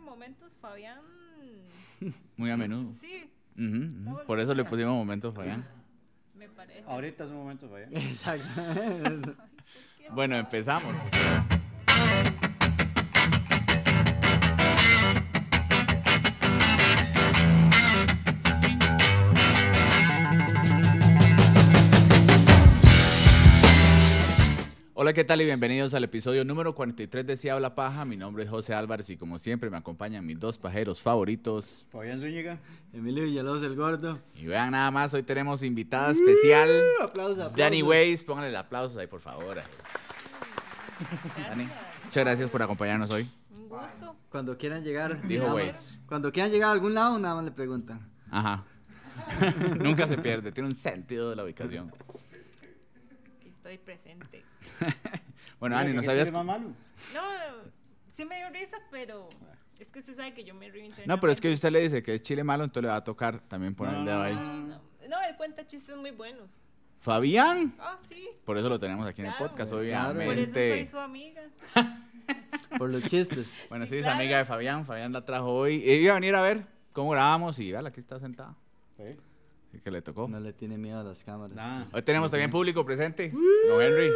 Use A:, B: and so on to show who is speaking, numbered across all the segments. A: momentos Fabián.
B: Muy a menudo.
A: Sí,
B: Ujú, ujú.
A: Estamos
B: Por eso le
A: bien.
B: pusimos momento Fabián.
A: me parece.
C: Ahorita es un momento para allá.
D: Exacto.
B: Bueno, empezamos. Hola, ¿qué tal y bienvenidos al episodio número 43 de Si Habla Paja? Mi nombre es José Álvarez y como siempre me acompañan mis dos pajeros favoritos.
C: Fabián Zúñiga.
D: Emilio Villalobos, el gordo.
B: Y vean nada más, hoy tenemos invitada especial.
D: Aplausos, Mm. aplausos.
B: Danny Ways, pónganle el aplauso ahí, por favor.
A: Gracias.
B: Dani, muchas gracias por acompañarnos hoy.
A: Un gusto.
D: Cuando quieran llegar.
B: Dijo
D: nada
B: Waze.
D: más- Cuando quieran llegar a algún lado, nada más le preguntan.
B: Ajá. Nunca se pierde, tiene un sentido de la ubicación.
A: Aquí Estoy presente.
B: Bueno, Dani,
C: Mira,
B: ¿nos
C: que qué
B: habías...?
C: chile más malo?
A: No, sí me dio risa, pero es que usted sabe que yo me río internamente.
B: Ah. No, pero es que usted le dice que es chile malo, entonces le va a tocar también poner el
C: No,
B: dedo
C: no,
B: ahí.
C: no.
A: No, no, él cuenta chistes muy buenos.
B: Fabián.
A: Ah, sí.
B: Por eso lo tenemos aquí en el
A: Claro.
B: podcast,
D: Claro.
A: Por eso soy
B: obviamente.
A: su amiga.
D: Por los chistes.
B: Bueno,
A: Sí,
B: sí, es
A: claro.
B: amiga de Fabián. Fabián la trajo hoy. E Iba a venir a ver cómo grabamos y vean, aquí está sentada.
C: Sí.
B: Así que le tocó.
D: No le tiene miedo a las cámaras.
C: Nah.
B: Hoy tenemos también público presente. Don Henry.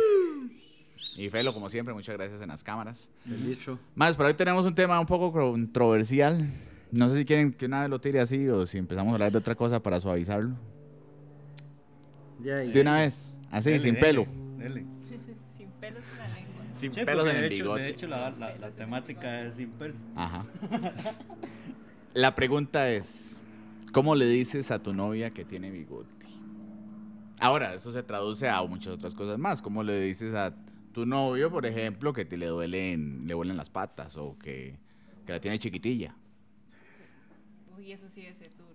B: Y Felo, como siempre, muchas gracias en las cámaras.
D: El litro.
B: Más, pero hoy tenemos un tema un poco controversial. No sé si quieren que una vez lo tire así o si empezamos a hablar de otra cosa para suavizarlo.
D: De ahí.
B: De una vez, así,
C: Dele,
B: sin
C: dele,
B: pelo.
C: Dele.
A: Sin pelos en la lengua.
B: Sin
C: Sí,
B: pelos
C: porque
B: en el
C: de hecho,
B: bigote.
C: De hecho, la, la, la temática es sin pelo.
B: Ajá. La pregunta es, ¿cómo le dices a tu novia que tiene bigote? Ahora, eso se traduce a muchas otras cosas más. ¿Cómo le dices a tu novio, por ejemplo, que te le duelen, le duelen las patas o que, que la tiene chiquitilla?
A: Uy, eso sí debe ser duro.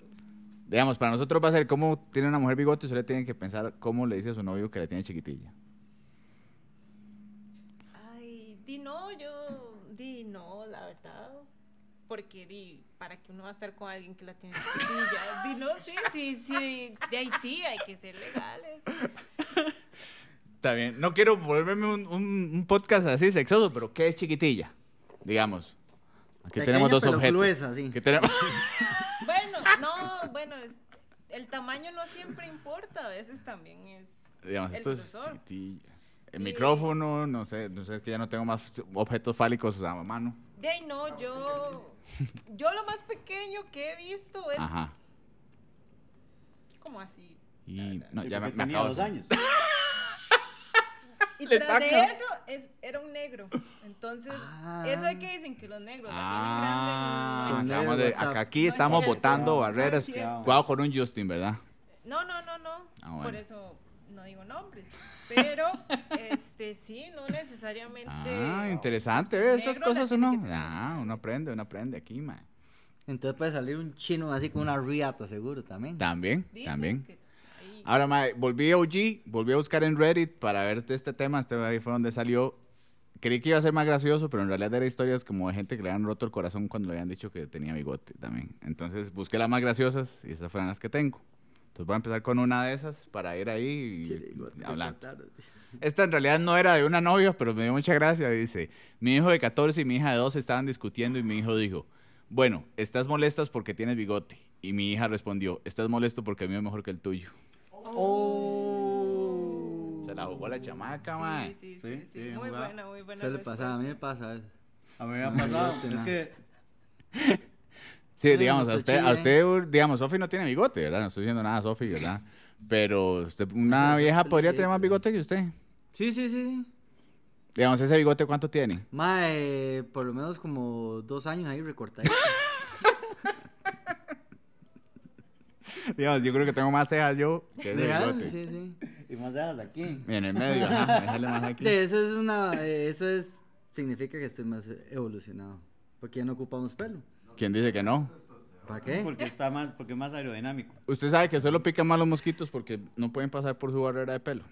B: Digamos, para nosotros va a ser cómo tiene una mujer bigote, usted le tiene que pensar cómo le dice a su novio que la tiene chiquitilla.
A: Ay, di no, yo di no, la verdad. Porque di, para que uno va a estar con alguien que la tiene chiquitilla. Di no, sí, sí, sí. De ahí sí, hay que ser legales.
B: Está bien. No quiero volverme un, un- un podcast así sexoso, pero ¿qué es chiquitilla? Digamos. Aquí
D: Pequeña,
B: tenemos dos
D: pero
B: objetos.
D: gruesa, sí.
B: Aquí tenemos-
A: Bueno, no, bueno, es- el tamaño no siempre importa, a veces también es.
B: digamos,
A: El
B: esto es
A: grosor.
B: chiquitilla. El
A: Y-
B: micrófono, no sé, no sé, es que ya no tengo más objetos fálicos a mano.
A: De ahí no, yo. Yo lo más pequeño que he visto es
B: Ajá.
A: como así.
B: Y no,
C: Sí,
B: ya me,
C: porque
B: me
C: tenía
B: acabo
C: dos
B: de-
C: años.
A: Y
B: Le
A: tras de
B: saca.
A: eso es, era un negro. Entonces,
D: Ah.
A: eso de que dicen que los negros
B: Ah,
A: la tienen grande. no es-
B: acabamos de-
D: WhatsApp.
B: acá- aquí
A: No es
B: estamos
A: cierto.
B: botando
A: No es
B: barreras.
A: cierto.
B: Cuidado con un Justin, ¿verdad?
A: No, no, no, no.
B: Ah, bueno.
A: Por eso no digo nombres. Pero, este, sí, no necesariamente.
B: Ah, interesante, ¿ves? Esas
A: Este, Negro la
B: cosas
A: tiene
B: uno.
A: que tener.
B: Ah, uno aprende, uno aprende aquí, man.
D: Entonces puede salir un chino así con una riata, seguro también.
B: También,
A: Dicen
B: también.
A: que ahí-
B: Ahora, mae, volví a OG, volví a buscar en Reddit para ver de este tema. Este ahí fue donde salió. Creí que iba a ser más gracioso, pero en realidad era historias como de gente que le habían roto el corazón cuando le habían dicho que tenía bigote también. Entonces busqué las más graciosas y esas fueron las que tengo. Entonces voy a empezar con una de esas para ir ahí y hablando. Esta en realidad no era de una novia, pero me dio mucha gracia. Dice, mi hijo de 14 y mi hija de 12 estaban discutiendo y mi hijo dijo, bueno, estás molestas porque tienes bigote. Y mi hija respondió, estás molesto porque el mío es mejor que el tuyo.
D: Oh.
B: Se la jugó la chamaca, mae.
A: Sí, sí, sí,
C: Sí,
A: sí,
C: sí, bien
A: Muy
C: jugado.
A: buena, muy buena.
D: Se le pasa, a mí
A: respuesta.
D: me pasa a veces.
C: A mí me ha pasado.
D: bigote,
C: es
D: no.
C: que
B: Sí,
D: Ay,
B: digamos, a
D: nuestro
B: usted, a
D: chile.
B: usted, uh, digamos, Sofi no tiene bigote, ¿verdad? No estoy diciendo nada, Sofi, ¿verdad? Pero usted, una
D: Ajá,
B: vieja
D: Sofi le
B: podría
D: llega,
B: tener más
D: pero-
B: bigote que usted.
D: Sí, sí, sí.
B: Digamos, ese bigote, ¿cuánto tiene?
D: Mae, por lo menos como dos años ahí recortadito.
B: Digamos, yo creo que tengo más cejas yo que ese
D: Legal,
B: bigote.
D: sí, sí.
C: Y más dejas aquí.
B: En el medio, ajá, déjale más aquí.
D: De eso es una, eh, eso es, significa que estoy más evolucionado, porque ya no ocupamos pelo.
B: ¿Quién dice que no?
D: ¿Para qué?
C: Porque está más, porque es más aerodinámico.
B: Usted sabe que solo pican más los mosquitos porque no pueden pasar por su barrera de pelo.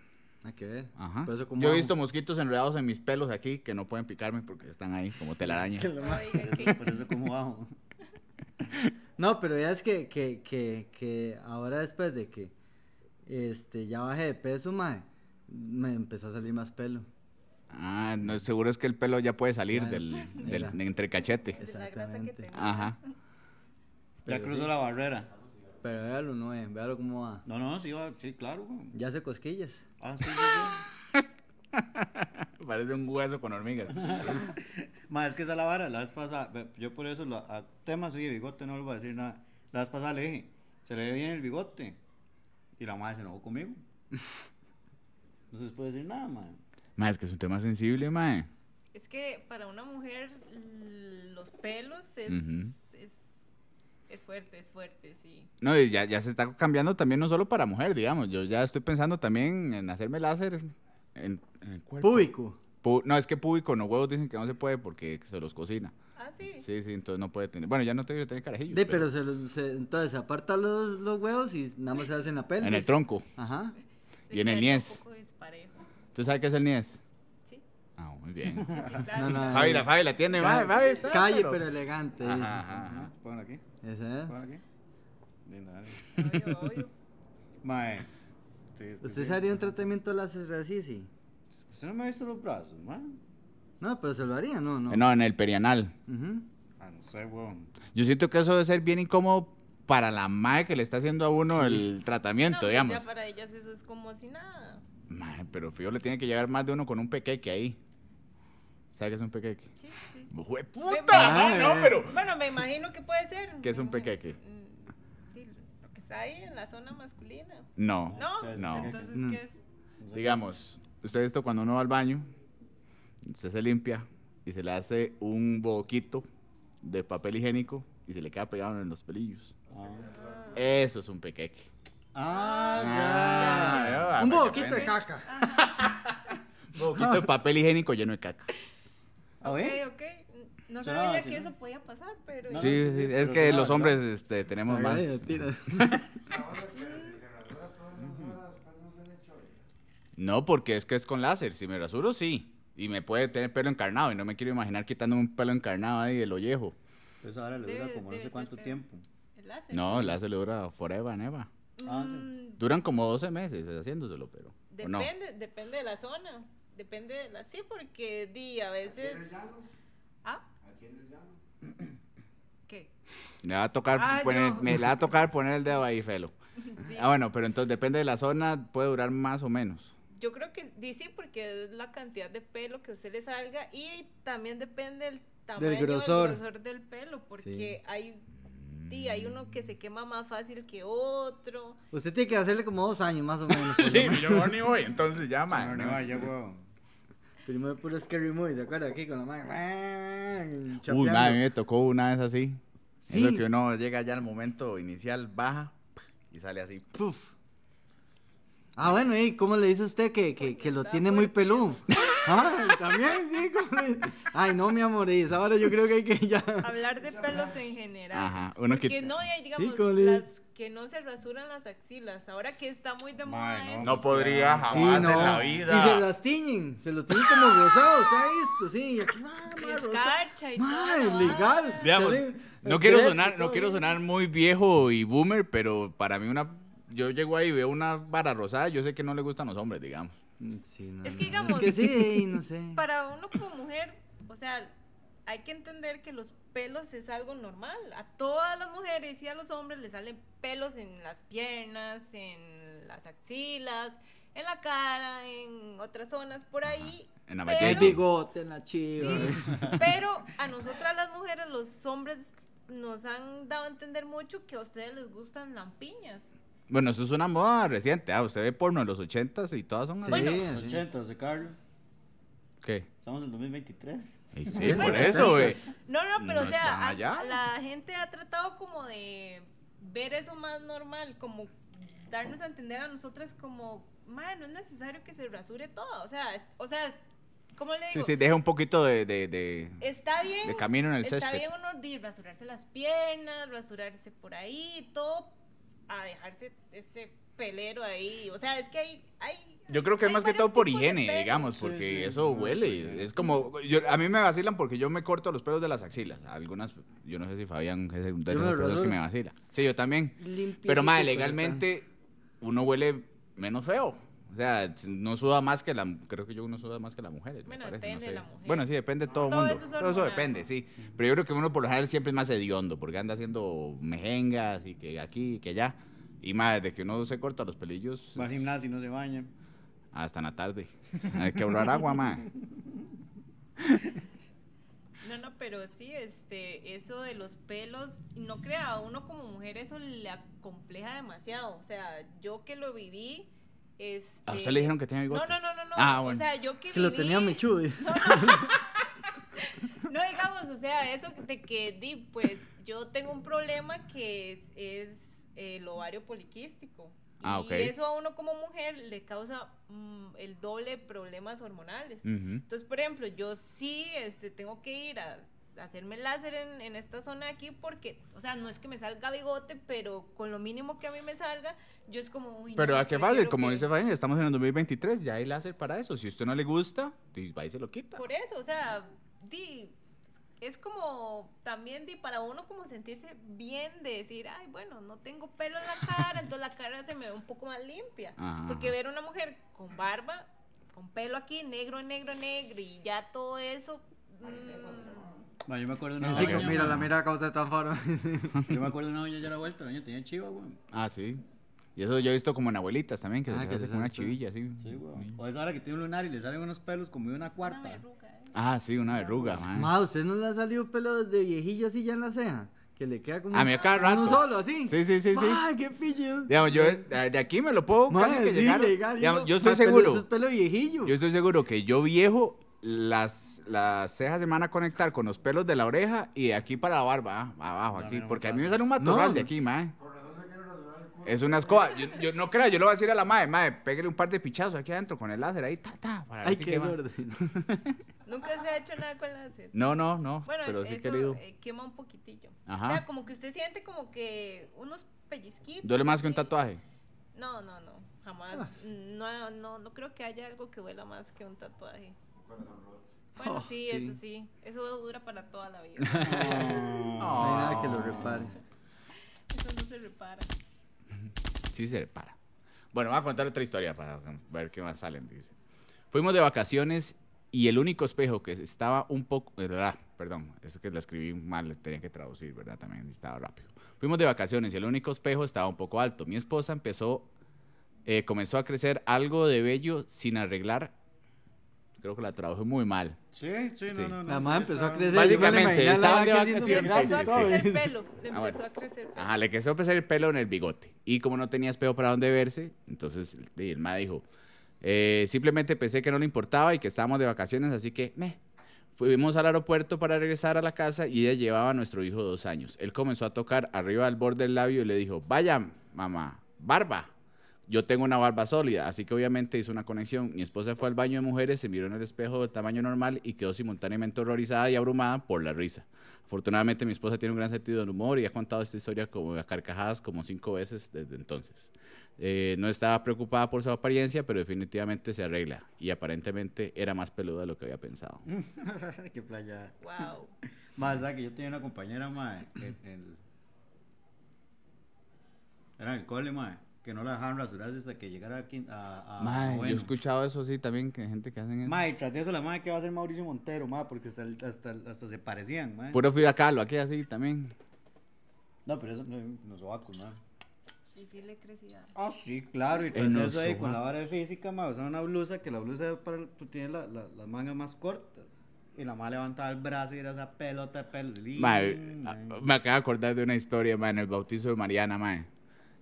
D: Hay que ver.
B: Ajá.
D: Por Pues eso como
B: Yo he
D: hago.
B: visto mosquitos enredados en mis pelos aquí que no pueden picarme porque están ahí como telaraña.
A: Oiga, qué-
C: Por eso como bajo.
D: No, pero ya es que, que, que, que ahora después de que este, ya bajé de peso, mae, me empezó a salir más pelo.
B: Ah, no, seguro es que el pelo ya puede salir
D: Claro.
B: del, del
D: Mira.
B: de entre cachete.
A: de la grasa que
D: Exactamente.
A: tenía.
B: Ajá.
C: Ya
D: Pero
C: cruzó
D: sí.
C: la barrera.
D: Pero véalo, no, eh, véalo cómo va.
C: No, no, sí, va- sí, claro. güey.
D: Ya hace cosquillas.
C: Ah, sí, sí, sí.
B: Parece un hueso con hormigas.
C: Ma, es que esa es la vara, la vez pasada, ve, yo por eso, la- a temas sí, de bigote no le voy a decir nada. La vez pasada le dije, se le ve bien el bigote. Y la madre se enojó conmigo. No se les puede decir nada, madre.
B: Mae, es que es un tema sensible, mae.
A: Es que para una mujer l- los pelos es,
B: Ujú.
A: es, es fuerte, es fuerte, sí.
B: No, y ya, ya se está cambiando también no solo para mujer, digamos. Yo ya estoy pensando también en hacerme láser en, en el cuerpo.
D: Púbico.
B: Pu- no, es que púbico, no huevos dicen que no se puede porque se los cocina.
A: Ah, sí.
B: Sí, sí, entonces no puede tener. Bueno, ya no tiene que tener carajillos.
D: De, pero se, los- se- entonces aparta los, los huevos y nada más se hacen la pelvis.
B: En el tronco.
D: Ajá.
B: Y en el niés.
A: Un poco disparejo.
B: ¿Tú sabes qué es el niés?
A: Sí,
B: Ah, muy bien.
A: sí, sí, claro.
D: No, no.
B: Fabi, la Fabi la tiene, mae, Fabi
D: Calle,
B: está,
D: pero, elegante. dice.
B: Ajá, ajá, ajá.
C: Pónganlo aquí,
D: Ese es.
C: pónganlo aquí. Linda, dale.
A: Obvio, obvio.
C: Mae. sí, es que
D: Pues
B: Pues
D: ¿Usted
C: sí.
D: se haría un tratamiento láser así, sí?
C: Usted no me ha visto los brazos, mae.
D: No, pero se lo haría, no, no.
B: Eh, No, en el perianal.
D: Ujú.
C: Ah, no sé, weón.
B: Yo siento que eso debe ser bien incómodo para la madre que le está haciendo a uno el
A: No,
B: tratamiento,
A: pues
B: digamos.
A: ya para ellas eso es como si nada.
B: Mae, pero fío, le tiene que llegar más de uno con un pequeque ahí. ¿Sabes qué es un pequeque?
A: Sí, sí.
B: ¡Jue puta!
A: Ve-
B: mae,
D: Ay,
B: no,
D: eh.
B: pero.
A: Bueno, me imagino que puede ser.
B: ¿Qué es un
A: no,
B: pequeque?
A: mm, sí, lo que está ahí en la zona masculina.
B: No.
A: No,
B: No. Mm.
A: Entonces,
D: No.
A: ¿qué es?
B: Digamos, usted esto cuando uno va al baño, usted se limpia y se le hace un boquito de papel higiénico y se le queda pegado en los pelillos.
C: Ah,
B: Eso es un pequeque.
C: ah, ya.
B: Ah,
D: un
B: para que
D: boquito de
B: aprenda.
D: caca.
B: Un boquito de papel higiénico lleno de caca.
C: A ver.
A: Ok, ok. No
C: Sonaba
A: sabía
C: así,
A: que
C: ¿no?
A: eso podía pasar, pero.
C: No,
B: Sí,
C: no,
B: sí,
C: sí,
B: sí, es que
C: pero suena,
B: los
C: ¿verdad?
B: hombres este, tenemos más.
D: Agarra y tira.
B: No, porque es que es con láser. Si me rasuro, sí. Y me puede tener pelo encarnado. Y no me quiero imaginar quitándome un pelo encarnado ahí del ollejo.
C: Entonces ahora le dura
A: Debe-
C: como no
A: debe
C: sé
A: ser
C: cuánto
A: feo.
C: tiempo.
A: El láser.
B: No, el láser le dura forever and ever.
C: Ah, sí.
A: Mm,
B: Duran como 12 meses haciéndoselo, pero. ¿o no?
A: Depende, depende de la zona. Depende de la. Sí, porque di, a veces. ¿Ah? ¿Qué?
B: Le va a tocar,
A: Ah,
B: poner,
A: yo.
B: me le va a tocar poner el dedo ahí, Felo.
A: Sí.
B: Ah, bueno, pero entonces depende de la zona, puede durar más o menos.
A: Yo creo que di sí, porque es la cantidad de pelo que a usted le salga y también depende del tamaño del
D: grosor.
A: grosor del pelo, porque hay. di, hay uno que se quema más fácil que otro.
D: Usted tiene que hacerle como dos años más o menos. por lo menos.
B: yo ni voy, entonces ya,
C: No, no, ya, weón.
D: Primero puro Scary Movie, ¿se acuerda? Aquí con la madre.
B: Uy, ma, a mí me tocó una vez así.
D: Sí.
B: Eso que uno llega ya al momento inicial, baja y sale así. ¡Puf!
D: Ah, bueno, ¿y cómo le dice usted que, que, que lo
A: está
D: tiene muy
A: fuerte
D: peludo? Ah, también, sí, ¿cómo le- Ay, no, mi amor, y ahora yo creo que hay que ya...
A: Hablar de pelos en general.
B: Ajá, uno que-
A: Porque no, hay, digamos,
D: ¿cómo le-
A: las que no se rasuran las axilas. Ahora que está muy de moda
C: Mae,
A: eso.
C: no, podría jamás
D: Sí, no. Y se las tiñen, se lo tiñen como rosado, ¿usted ha visto? Sí, y aquí va,
A: Y
D: ma, rosado.
A: escarcha y
D: Madre,
A: todo.
D: legal.
B: Digamos,
D: Se le-
B: no quiero
D: el dreads y
B: sonar, no
D: todo
B: quiero
D: bien.
B: sonar muy viejo y boomer, pero para mí una yo llego ahí y veo una vara rosada, yo sé que no le gustan los hombres, digamos.
D: Mm, Sí, no,
A: Es
D: no,
A: que digamos-
D: Es que sí, no sé.
A: Ah, Para uno como mujer, o sea, hay que entender que los pelos es algo normal. A todas las mujeres y a los hombres les salen pelos en las piernas, en las axilas, en la cara, en otras zonas por ahí.
B: En la
A: Pero-
D: El
B: machete.
D: bigote en la chiva.
A: Pero a nosotras las mujeres, los hombres nos han dado a entender mucho que a ustedes les gustan lampiñas.
B: Bueno, eso es una moda reciente. Ah, usted ve porno de los ochentas y todas son
D: Sí,
B: así.
A: Bueno.
D: así.
C: 80, José Carlos.
B: ¿Qué?
C: Estamos en el 2023.
B: Y sí, por eso, güey.
A: No, no, pero
B: No
A: o sea,
B: están
A: a-
B: allá.
A: la gente ha tratado como de ver eso más normal, como darnos a entender a nosotras como, "Mae, no es necesario que se rasure todo, o sea, es- o sea, ¿cómo le
B: Sí,
A: digo?
B: sí, deja un poquito de, de, de-
A: Está bien.
B: de camino en el
A: está
B: césped.
A: bien uno de rasurarse las piernas, rasurarse por ahí, todo a dejarse ese pelero ahí, o sea, es que hay hay
B: Yo creo que es
A: hay
B: más que
A: varios
B: todo por
A: tipos de
B: higiene,
A: pelos.
B: digamos,
C: Sí,
B: porque
C: sí,
B: eso
C: no,
B: huele.
C: porque-
B: Es como. yo- a mí me vacilan porque yo me corto los pelos de las axilas. Algunas. Yo no sé si Fabián es de
D: Yo me
B: esas
D: lo
B: personas que
D: rasuro.
B: me vacila. Sí, yo también.
C: pues,
D: Limpiecito,
B: Pero, madre,
D: pues, está.
B: legalmente uno huele menos feo. O sea, no suda más que la... Creo que yo no suda más que las mujeres, me
A: Bueno,
B: parece, no
A: depende de
B: sé.
A: la mujer.
B: Bueno, sí, depende de todo el
A: Todo
B: mundo.
A: eso es
B: Todo eso
A: hormonal,
B: depende,
A: ¿no?
B: sí. Pero yo creo que uno por lo general siempre es más hediondo, porque anda haciendo mejengas y que aquí y que allá. Y más, desde que uno se corta los pelillos
C: Va al gimnasio y no se baña.
B: hasta en la tarde. Hay que ahorrar agua, más.
A: No, no, pero sí, este, eso de los pelos, no crea, a uno como mujer eso le acompleja demasiado. O sea, yo que lo viví, este...
B: ¿A usted le dijeron que tenía bigote?
A: No, no, no, no, no.
B: Ah, bueno.
A: O sea, yo que
D: Que lo
A: viví-
D: tenía mechudo.
A: No, digamos, o sea, eso de que, di, pues, yo tengo un problema que es, es el ovario poliquístico.
B: Ah,
A: y
B: ok.
A: eso a uno como mujer le causa mm, el doble de problemas hormonales.
B: Ujú.
A: Entonces, por ejemplo, yo sí este, tengo que ir a a hacerme láser en, en esta zona de aquí porque, o sea, no es que me salga bigote, pero con lo mínimo que a mí me salga, yo es como, uy,
B: Pero
A: no,
B: a qué
A: prefiero
B: fácil, como
A: que-
B: dice Fabián, estamos en el 2023, ya hay láser para eso. Si a usted no le gusta, di, va y se lo quita.
A: Por eso, o sea, di, es como también di para uno como sentirse bien de decir, ay, bueno, no tengo pelo en la cara, entonces la cara se me ve un poco más limpia.
B: Ajá,
A: Porque
B: ajá.
A: ver una mujer con barba, con pelo aquí, negro, negro, negro, y ya todo eso... mm,
C: Ma, yo me acuerdo de una
D: Así
B: sí,
C: doña.
D: como,
B: no,
D: mira,
B: no.
D: la mira acaba de transformar.
C: Yo me acuerdo de una doña ya la vuelta, doña tenía chiva, weón.
B: Ah, sí. Y eso yo he visto como en abuelitas también, que
D: Ah,
B: se les
D: que
B: hace
D: se
B: como una
D: salta.
B: chivilla, así.
C: Sí, weón. O es ahora que tiene un lunar y le salen unos pelos como de una
A: una
C: cuarta.
A: verruga, ¿eh?
B: Ah, sí, una verruga, man.
D: Ma, ¿usted no le ha salido pelo de viejillo así ya en la ceja? Que le queda como
B: A mí a cada
D: uno
B: rato.
D: solo, así.
B: Sí, sí, sí, sí.
D: Ay, qué pillo.
B: Digamos, yo eh, de aquí me lo puedo
D: Madre,
B: casi que
D: sí,
B: llegar.
D: legal,
B: digamos,
D: yo-
B: yo estoy
D: Mae, pero
B: seguro.
D: Eso es pelo viejillo.
B: Yo estoy seguro que yo viejo, las, las cejas se me van a conectar con los pelos de la oreja y de aquí para la barba, ah, abajo, aquí.
C: No, a mí no me
B: porque a mí me
C: pasa.
B: sale un matorral
D: No.
B: de aquí, mae. Es una escoba. Yo, yo no creo, yo le voy a decir a la mae, mae, pégale un par de pichazos aquí adentro con el láser ahí, ta, ta. Para ver
D: Ay,
B: si
D: qué
B: quema.
D: gordo.
A: Nunca se ha hecho nada con láser.
B: No, no, no.
A: Bueno,
B: pero sí,
A: eso
B: querido.
A: eh, quema un poquitillo.
B: Ajá.
A: O sea, como que usted siente como que unos pellizquitos.
B: Duele más que un
A: así.
B: tatuaje.
A: No, no, no, jamás. No, no, no creo que haya algo que huela más que un tatuaje. Bueno,
D: Oh,
A: sí,
D: sí.
A: eso sí. Eso dura para toda la vida.
D: No hay nada que lo repare.
A: eso no se repara.
B: Sí se para. Bueno, voy a contar otra historia para ver qué más salen, dice. Fuimos de vacaciones y el único espejo que estaba un poco... eh, ah, Perdón, es que la escribí mal, tenía que traducir, ¿verdad? También estaba rápido. Fuimos de vacaciones y el único espejo estaba un poco alto. Mi esposa empezó, eh, comenzó a crecer algo de vello sin arreglar. Creo que la trabajé muy mal.
C: Sí, sí, no,
B: Sí.
C: no, no.
D: La madre empezó a crecer.
B: Básicamente,
D: yo me la
B: estaban de
D: imaginé a la vaca haciendo
A: Le
B: vacaciones.
A: empezó a
B: Gracias, sí,
A: crecer
D: gracias.
A: pelo. Le
B: Ah, bueno.
A: empezó a crecer pelo.
B: Ajá, le quiso empezar el pelo en el bigote. Y como no tenía espejo para dónde verse, entonces el, el ma dijo, eh, simplemente pensé que no le importaba y que estábamos de vacaciones, así que me. Fuimos al aeropuerto para regresar a la casa y ella llevaba a nuestro hijo dos años. Él comenzó a tocar arriba del borde del labio y le dijo, vaya, mamá, barba. Yo tengo una barba sólida, así que obviamente hizo una conexión. Mi esposa fue al baño de mujeres, se miró en el espejo de tamaño normal y quedó simultáneamente horrorizada y abrumada por la risa. Afortunadamente mi esposa tiene un gran sentido del humor y ha contado esta historia como a carcajadas como cinco veces desde entonces. Eh, no estaba preocupada por su apariencia, pero definitivamente se arregla y aparentemente era más peluda de lo que había pensado.
C: Qué playa.
A: Wow.
C: Más, ¿sabes que yo tenía una compañera, mae, en el... Era en el cole, mae, que no la dejaban rasurarse hasta que llegara aquí a... a
B: Mae,
C: noveno.
B: yo he escuchado eso sí también, que hay gente que hacen eso.
C: Ah, Mae, tras de eso la madre que va a ser Mauricio Montero, mae, porque hasta, el- hasta, el- hasta se parecían, mae.
B: Puro Frida Kahlo, aquí así también.
C: No, pero eso no, no sobacos, mae.
A: Y sí le crecía.
C: Ah, sí, claro, y
B: En
C: tras de
B: los
C: eso ahí con la
B: sobacos.
C: vara de física, mae, usan una blusa que la blusa para, el- tiene la- la- las mangas más cortas. Y la madre levantaba el brazo y era esa pelota de pelo.
B: Mae,
C: linda.
B: a- me acabo de acordar de una historia, mae, en el bautizo de Mariana, mae.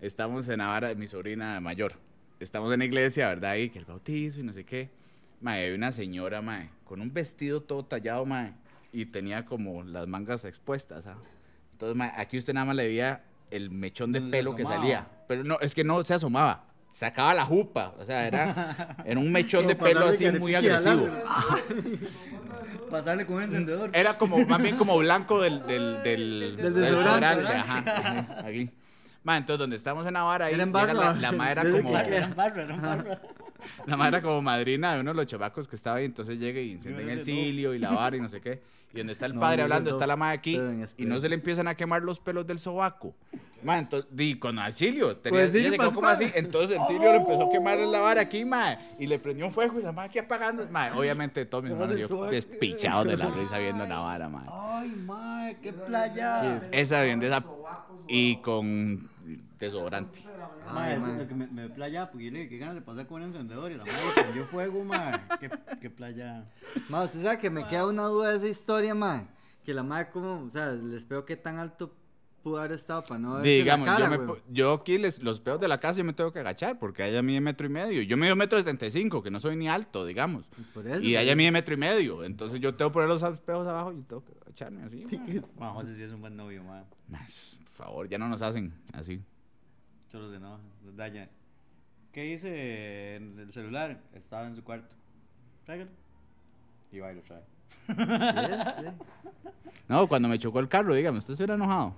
B: Estamos en Navarra, mi sobrina mayor. Estamos en la iglesia, ¿verdad? Y que el bautizo y no sé qué. Mae, hay una señora, mae, con un vestido todo tallado, mae, y tenía como las mangas expuestas, ¿ah? Entonces, mae, aquí usted nada más le veía el mechón de
C: Donde se
B: pelo que
C: asomaba.
B: salía. Pero no, es que no se asomaba. Sacaba la jupa, o sea, era, era un mechón de
D: Como
B: pelo
D: pasarle
B: así muy
D: carepiche al
B: agresivo.
D: árbol.
C: Pasarle con un encendedor.
D: Eh.
B: Era como, más bien como blanco del, del, del,
A: Del
B: del
D: desodorante.
B: desodorante, ajá, ajá, aquí. Ma, entonces donde estamos en Navarra ahí,
D: Era en
B: llega
D: barra.
B: la, la ma era
D: Desde
B: como,
D: que
C: Era barba, era barba.
B: la ma era como madrina de uno de los chavacos que estaba ahí, entonces llega y encienden
C: ese
B: el
C: no.
B: cilio y la vara y no sé qué. Y donde está el
D: No,
B: padre
D: no,
B: hablando,
D: no.
B: está la madre aquí
D: Pero en
B: y no
D: este-
B: se le empiezan a quemar los pelos del sobaco. Ma, entonces, di, con Auxilio, tenía,
D: Pues, Silvio
B: ella llegó como
D: Pascual.
B: así, entonces el Silvio le empezó a quemar la vara aquí, ma, y le prendió fuego y la ma aquí apagando, ma, obviamente todos mis
D: ¿Cómo
B: hermanos
D: se
B: yo
D: sube?
B: despichados de la risa viendo la vara, ma.
C: Ay, mae, qué playa.
B: Esa bien de esa, y con desodorante.
C: Mae, eso es lo que me, me playa, porque yo le dije, qué ganas de pasar con un encendedor y la madre prendió fuego, mae. Qué, qué playa.
D: Ma, usted sabe que me queda una duda de esa historia, ma. Que la madre, como, o sea, les veo que tan alto pudo haber estado para no ver
B: Digamos,
D: la cara,
B: yo, me
D: güey.
B: po- yo aquí les- los peos de la casa yo me tengo que agachar porque ella mide metro y medio. Yo mido metro setenta y cinco, que no soy ni alto, digamos.
D: Por eso,
B: y ella
D: por eso.
B: mide metro y medio. Entonces yo tengo que poner los peos abajo y tengo que agacharme así. mae.
C: Mae, José sí es un buen novio, mae.
B: Mas, por favor, ya no nos hacen así.
C: Solo se enoja, nos daña. ¿Qué dice en el celular? Estaba en su cuarto. Tráigalo. Y va y lo trae.
D: Sí, sí.
B: No, cuando me chocó el carro, dígame, ¿usted se hubiera enojado?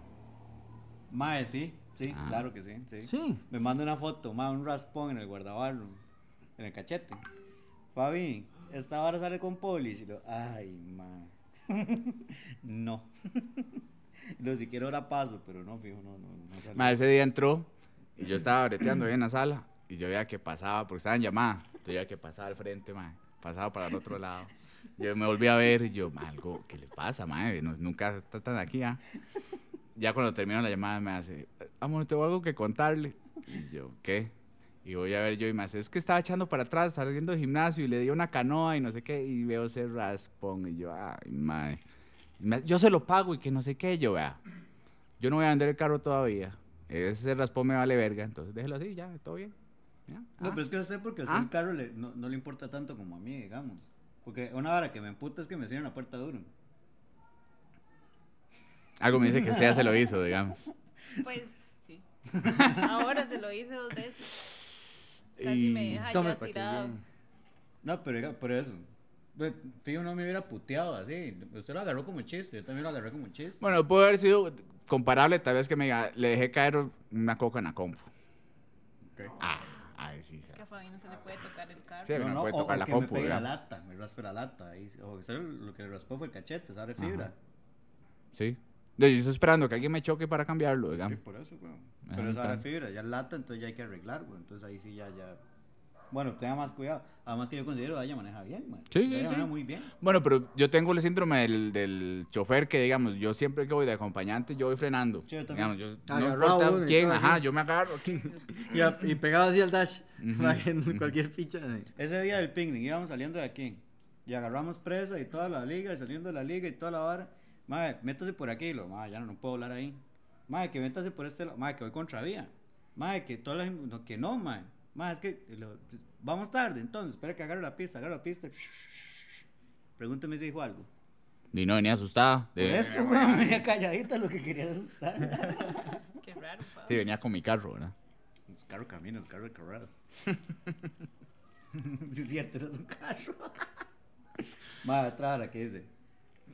C: Mae, sí, sí,
B: Ah.
C: claro que sí, sí.
D: Sí.
C: Me manda una foto, mae, un raspón en el guardabarro, en el cachete. Fabi, esta vara sale con polis. Y lo, ay, mae. no. lo si quiero ahora paso, pero no, fijo, no, no, no sale.
B: Ma, ese día entró y yo estaba breteando ahí en la sala y yo veía que pasaba, porque estaba en llamada. Yo veía que pasaba al frente, ma, pasaba para el otro lado. Yo me volví a ver y yo, ma, algo, ¿qué le pasa, ma? No- nunca está tan aquí, ¿ah? Ya cuando termino la llamada me hace, amor, tengo algo que contarle. Y yo, ¿qué? Y voy a ver yo y me hace, es que estaba echando para atrás, saliendo del gimnasio y le dio una canoa y no sé qué, y veo ese raspón y yo, ay, madre. Yo se lo pago y que no sé qué, yo, vea. Yo no voy a vender el carro todavía. Ese raspón me vale verga, entonces déjelo así, ya, todo bien. Ya,
C: No,
B: ah.
A: pues,
C: pero es que sé porque a usted
B: Ah.
C: el carro le- no, no le importa tanto como a mí, digamos. Porque una vara que me emputa es que me cierren la puerta duro.
B: Algo me dice que usted ya se lo hizo, digamos.
A: Pues sí. Ahora se lo hice dos veces. Casi me
B: Y-
A: deja
D: Tome
A: ya
D: para que
A: tirado.
D: vean.
C: No, pero diga, por eso. Ve, Pues, Fijo, no me hubiera puteado así. Usted lo agarró como chiste, yo también lo agarré como chiste.
B: Bueno, puede haber sido comparable, tal vez que me diga, le dejé caer una coca en la compu.
C: Ok.
B: Ah, ay, sí.
A: Es que a Fabi no se le puede tocar el carro.
B: Sí. que me puede tocar la
C: que
B: compu,
C: me pegue la
B: digamos.
C: lata, me raspe la lata. ahí sí. o que usted lo que le raspó fue el cachete, sale fibra.
B: Sí. Yo yo estoy esperando que alguien me choque para cambiarlo,
C: Sí,
B: digamos.
C: por eso, weón.
B: Ah. Ajá,
C: Pero esa
B: está.
C: era fibra, ya es lata, entonces ya hay que arreglar, weón. Entonces ahí sí ya, ya. Bueno, tenga más cuidado. Además que yo considero que ella maneja bien, weón.
B: Sí, sí,
C: Ella maneja
B: sí.
C: muy bien.
B: Bueno, pero yo tengo el síndrome del, del chofer que, digamos, yo siempre que voy de acompañante, yo voy frenando.
C: Sí, yo también. Ah,
B: digamos, yo, no
D: Agarrado uno
B: importa
D: y
B: quién,
D: todo
B: ajá,
D: así.
B: yo me agarro aquí.
D: Y, a- y pegaba así al dash. para que no- cualquier ficha. de-
C: Ese día del picnic íbamos saliendo de aquí y agarramos presa y toda la liga y saliendo de la liga y toda la vara. Madre, métase por aquí, lo, madre, ya no, no puedo hablar ahí. Madre, que métase por este lado, madre, que voy contravía. Madre, que todas las. No, que no, madre. Madre, es que lo- vamos tarde, entonces, espera que agarro la pista, agarro la pista. Pregúntame si dijo algo.
B: Y no venía asustada.
C: Por
B: de-
C: eso, weón, venía calladita lo que quería era asustar.
A: Qué raro, Fabi.
B: Sí, venía con mi carro, ¿verdad?
C: Los Pues carro caminos, carro de carreras. sí, es cierto, eres un carro. Madre, otra vara que dice.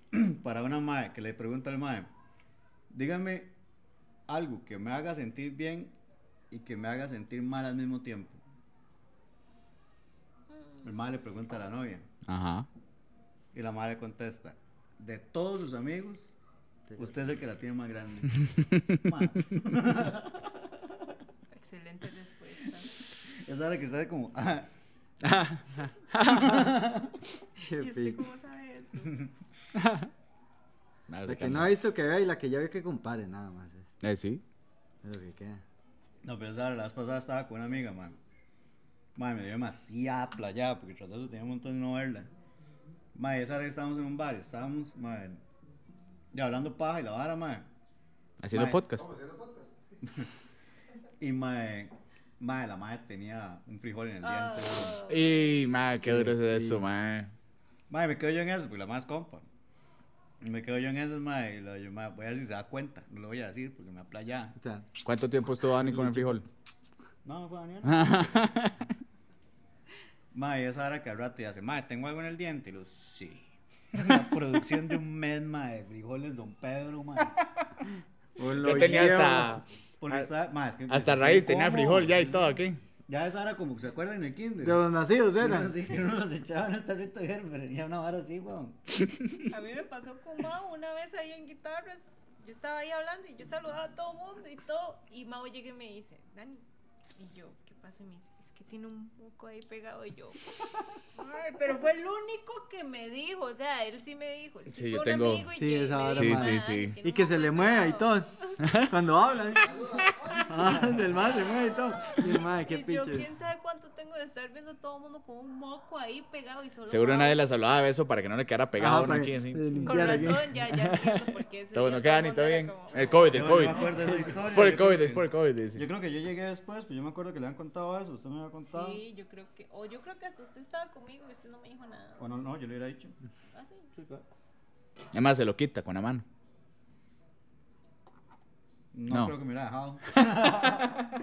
C: Para una madre que le pregunta al madre, dígame algo que me haga sentir bien y que me haga sentir mal al mismo tiempo. El madre le pregunta a la novia
B: Ajá.
C: y la madre contesta, de todos sus amigos, usted es el que la tiene más grande. Madre,
A: Excelente respuesta.
C: es la que está como, ah,
D: Qué
A: ¿Y este usted
D: pico.
A: cómo sabe eso?
D: La que no ha visto que vea y la que ya vio que compare, nada más. Es,
B: Eh, sí.
D: es lo que queda.
C: No, pero esa, la vez pasada estaba con una amiga, man. Man, me dio demasiada playada porque tras de eso tenía un montón de no verla. Man, esa vez estábamos en un bar, estábamos, man, ya hablando paja y la vara, man.
B: Haciendo
C: Mae.
B: podcast.
C: Y man, man, la madre tenía un frijol en el diente. weón.
A: Ah,
B: Y, madre, qué duro es eso, madre.
C: Man, me quedo yo en eso porque la madre es compa. Y me quedo yo en eso, man, y lo, yo, man, voy a ver si se da cuenta. No lo voy a decir porque me da playada.
D: O sea,
B: ¿Cuánto tiempo estuvo Dani con el frijol?
C: No, no fue Daniel. Mae, esa hora que al rato y hace, mae, ¿tengo algo en el diente? Y lo, sí. La producción de un mes, mae, de frijoles Don Pedro, mae.
B: Yo tenía hasta,
C: Porque
B: Ah,
C: está, mae, es que-
B: hasta
C: es que
B: raíz,
C: yo
B: tenía
C: como,
B: frijol ya y todo aquí.
C: Ya esa hora como que se acuerdan en el kinder.
D: De los nacidos
C: Que
D: eran.
C: uno los- que uno los echaba en el tarrito de Gerber, venía una vara así, weón.
A: A mí me pasó con Mau una vez ahí en guitarras. yo estaba ahí hablando y yo saludaba a todo mundo y todo. Y Mao llega y me dice, Dani. Y yo, ¿qué pasa? Y me dice, es que tiene un moco ahí pegado. Y yo, ay, pero fue el único que me dijo. O sea, él sí me dijo. Él sí,
B: Sí,
A: fue
B: yo
A: un
B: tengo-
A: amigo y
D: Sí,
A: que
D: esa
A: me
D: vara,
A: dijo,
D: ma.
B: Sí,
A: "Ah,
B: sí, sí.
A: tiene
D: Y
A: un
D: que se
A: moco
D: le mueva y
A: pegado".
D: todo. Cuando hablan. Ah, el mal se mueve y todo. Y el mae, qué
A: Y yo,
D: pinche.
A: quién sabe cuánto tengo de estar viendo todo el mundo con un moco ahí pegado y solo.
B: Seguro
A: Mao.
B: nadie las hablaba de eso para que no le quedara pegado a
D: Ajá,
B: uno
D: Ah, para
B: aquí.
D: que-
B: así.
D: de
A: Con
D: limpiar aquí.
A: razón, ya, ya entiendo por qué. ese
B: Todo bueno,
A: día
B: queda
A: todo
B: ni
A: el mundo
B: todo
A: era
B: bien.
A: como-
B: El COVID,
C: Yo-
B: el
C: yo
B: COVID.
C: me acuerdo de esa historia.
B: Es por el
C: yo creo
B: COVID,
C: que-
B: es por el COVID. dice.
C: Yo creo que yo llegué después, pues yo me acuerdo que le han contado eso. Usted me había contado.
A: Sí, yo creo que. O yo creo que hasta usted estaba conmigo y usted no me dijo nada.
C: O no, no, yo le hubiera dicho.
A: Ah, sí.
B: Además se lo quita con la mano.
C: No,
B: No.
C: creo que me hubiera dejado.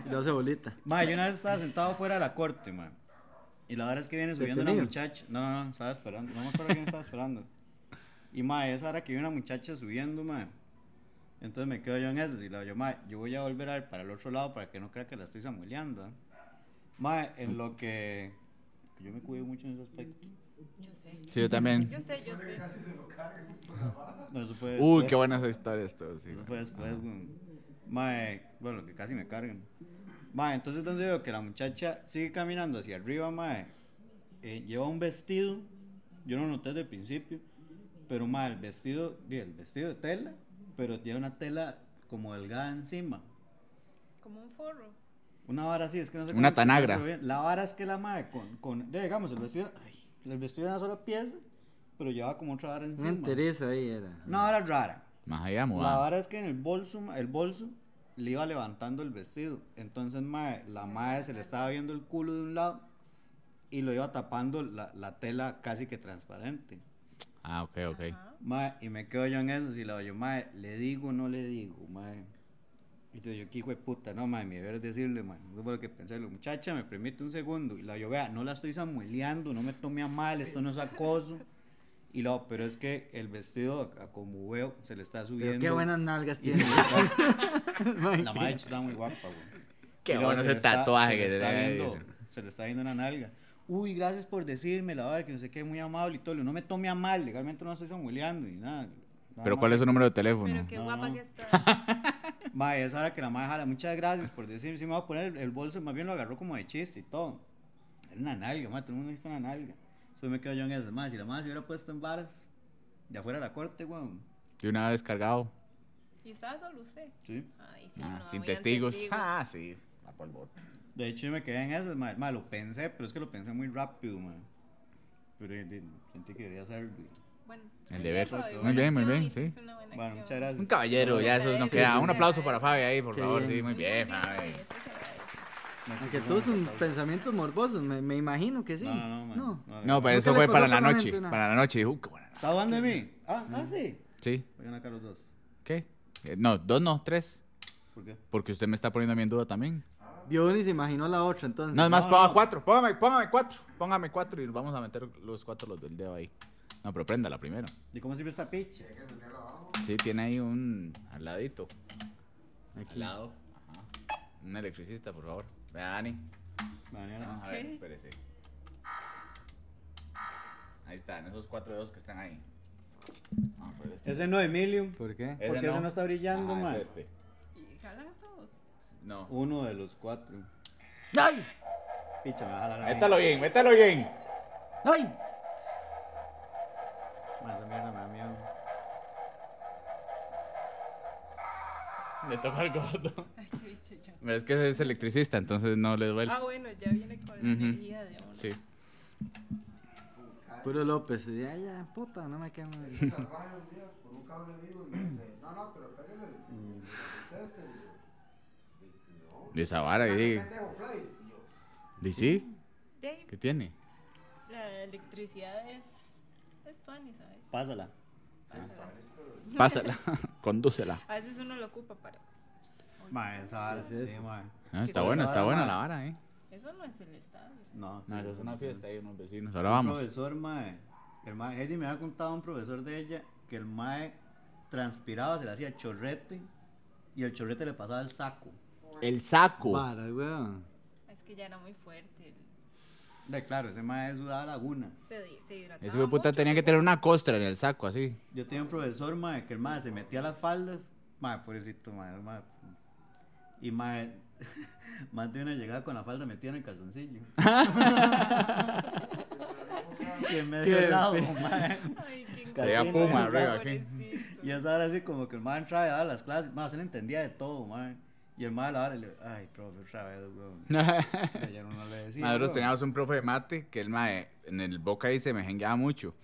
D: Y lo hace bolita.
C: Mae, yo una vez estaba sentado fuera de la corte, mae. Y la verdad es que viene subiendo una
D: Detenido.
C: muchacha. No, no, no, estaba esperando. No me acuerdo quién estaba esperando. Y mae, esa hora que viene una muchacha subiendo, mae. Entonces me quedo yo en eso. Y la yo, mae, yo voy a volver a ir para el otro lado para que no crea que la estoy samueleando. ¿eh". Mae, en lo que. que Yo me cuido mucho en ese aspecto.
A: Yo sé.
B: Sí, yo también.
A: Yo sé, yo sé.
C: No, eso fue
B: Uy,
C: después.
B: qué buenas historias todos. sí,
C: Eso
B: güey.
C: fue después, weón. Mae, bueno, que casi me carguen. Mae, entonces donde veo que la muchacha sigue caminando hacia arriba, mae. eh, lleva un vestido, yo no noté desde el principio, pero mae, el vestido, di, el vestido de tela, pero tiene una tela como delgada encima.
A: Como un forro.
C: Una vara así, es que no sé
B: Una
C: cómo explicarlo
B: tanagra.
C: bien. La vara es que la mae con, con de, digamos, el vestido, ay, el vestido era una sola pieza, pero llevaba como otra vara
D: Un
C: encima.
D: enterizo ahí era.
C: Una vara rara.
B: Más allá,
C: La
B: mudado.
C: vara es que en el bolso, ma- el bolso le iba levantando el vestido. Entonces, mae, la madre se le estaba viendo el culo de un lado y lo iba tapando la, la tela casi que transparente.
B: Ah, ok, ok.
A: Ajá.
C: Mae, y me quedo yo en eso. Si la oye, mae, le digo o no le digo, mae. Y yo, yo, qué hijo de puta, no, mae, mi deber es decirle, mae. Eso fue lo que pensé. Lo, muchacha, me permite un segundo. Y la yo, vea, no la estoy samueleando, no me tome a mal, esto no es acoso. Y lo, pero es que el vestido, a- a como veo, se le está subiendo.
D: Pero qué buenas nalgas
C: Y se
D: tiene.
C: le está-
D: Mae,
C: la madre está muy guapa, güey.
B: Qué
C: Pero
B: bueno
C: se
B: ese
C: le está-
B: tatuaje
C: se le
B: que
C: está
B: tenía ahí.
C: viendo- Se le está viendo una nalga. Uy, gracias por decirme, la verdad, que no sé qué, muy amable y todo. Le digo, No me tome a mal, legalmente no estoy samueleando ni nada. nada
B: Pero
C: más
B: ¿cuál es su número de teléfono?
A: Pero qué
C: no,
A: guapa
C: no.
A: que está.
C: Mae, es ahora que la madre jala, muchas gracias por decirme, sí me va a poner el, el bolso, más bien lo agarró como de chiste y todo. Era una nalga, mae, todo el mundo hizo una nalga. Después me quedo yo en esas, mae, si la madre se hubiera puesto en varas, de afuera de la corte, weón.
B: De una vez cargado.
A: Y estaba solo usted.
C: Sí.
A: Ay, sí,
B: Ah,
A: no,
B: sin
A: habían
B: testigos. Ah, sí.
C: De hecho, yo me quedé en esas, mae, mae, lo pensé, pero es que lo pensé muy rápido, mae. Pero eh, di- sentí que debía hacerlo. y-
A: Bueno,
B: El
A: ahí
B: deber.
A: fue,
C: Muy
A: buena
B: bien, muy
A: acción,
B: bien,
A: hiciste
B: sí.
A: una buena
C: Bueno,
A: acción.
C: muchas gracias.
B: Un caballero, ya eso nos
A: Sí,
B: queda.
A: sí,
B: Un
A: sí.
B: aplauso para Fabi ahí, por
D: Qué
B: favor.
D: bien.
B: Sí, muy
A: se
B: bien, Fabi.
A: agradece, se agradece.
C: No sé
D: Aunque
C: si
D: todos
C: son
D: son
C: aplausos.
D: pensamientos morbosos, me, me imagino que sí.
C: No, no,
D: No.
C: no, mae,
B: No, pero
D: ¿Nunca
B: eso
D: le
B: fue para
D: pasó por
B: la
D: la
B: noche.
D: mente nada?
B: Para la noche. Dijo, qué buena.
C: ¿Está hablando de mí? Ah, ah, sí.
B: Sí.
C: Vayan acá los dos.
B: ¿Qué? Eh, No, dos no, tres.
C: ¿Por qué?
B: Porque usted me está poniendo a mí en duda también.
D: Vio una y se imaginó la otra, entonces.
B: No, es más,
C: no,
B: ponga
C: no.
B: cuatro. Póngame, póngame cuatro. Póngame cuatro y vamos a meter los cuatro los del dedo ahí. No, pero prenda la primera.
C: ¿Y cómo sirve esta picha?
B: Sí, tiene ahí un al ladito.
D: Aquí.
B: Al lado. Ajá. Un electricista, por favor. Vea, Dani.
C: Mañana.
D: Ah.
B: Vamos a ver, espérese. Ahí están, esos cuatro dedos que están ahí. Vamos a ver este.
C: Ese no, Emilio.
D: ¿Por qué?
B: Ese
C: ¿Por qué ese no está brillando,
B: Ajá, es
C: mae?
B: este.
A: Y jalan a todos.
B: No.
C: Uno de los cuatro.
D: ¡Ay!
C: Picha, me va a jalar a mí.
B: Métalo bien, métalo bien.
D: ¡Ay!
C: Mae, esa mierda me da miedo.
B: Le toca al gordo.
A: Ay, qué bicho yo.
B: Pero es que ese es electricista, entonces no le duele.
A: Ah, bueno, ya viene con la
B: Ujú.
A: energía de uno.
B: Sí.
D: Puro López. y Ya, ya, puta, no me quema.
E: Ese salvaje un día con un cable vivo y me dice, no, no, pero pégale el conteste. Y yo,
B: De esa vara,
E: no,
B: y
E: pendejo, Fly. Y yo,
B: ¿Y sí?
A: De ahí,
B: ¿Qué tiene?
A: la electricidad es. Es tuani, ¿sabes?
C: Pásala.
B: Pásala, condúcela.
A: A veces uno lo ocupa para.
C: Mae, esa vara,
D: ¿Qué es
C: sí,
D: eso?
C: mae.
A: está
B: No, está
A: buena,
B: buena,
C: está
B: está
C: buena
B: buena
C: la
B: la vara, ¿eh?
A: Eso no es el estadio.
C: No,
B: No,
C: sí,
B: eso Ah, es una
C: no,
B: fiesta
C: no.
B: ahí unos vecinos. Ahora
C: Un
B: vamos.
C: profesor, mae. El mae, Heidi me había contado un profesor de ella que el mae transpiraba, se le hacía chorrete y el chorrete le pasaba al saco.
B: El saco.
D: Para, weón.
A: Es que ya era muy fuerte. el-
C: De claro, ese mae sudaba lagunas.
A: Se, di- se hidrataba.
B: Ese hijo de puta
A: Ah, mucho,
B: tenía que
A: seguro.
B: tener una costra en el saco, así.
C: Yo tenía un profesor, mae, que el mae se metía las faldas Mae, pobrecito, mae, mae. Y mae, más de una llegada con la falda metida en el calzoncillo. y en medio
B: Qué
C: del lado,
B: feo.
C: mae.
A: Ay, qué
C: Traía
A: incómodo,
C: puma
B: arriba, aquí.
A: pobrecito.
C: Y esa hora así como que el mae entraba y daba las clases. Mae, se le entendía de todo, mae. Y el mae a la hora le ay, profe, otra vez, weón. Y Ayer uno le decía.
B: Nosotros
C: weón.
B: teníamos un profe de mate que el mae en el boca ahí se mejengueaba mucho.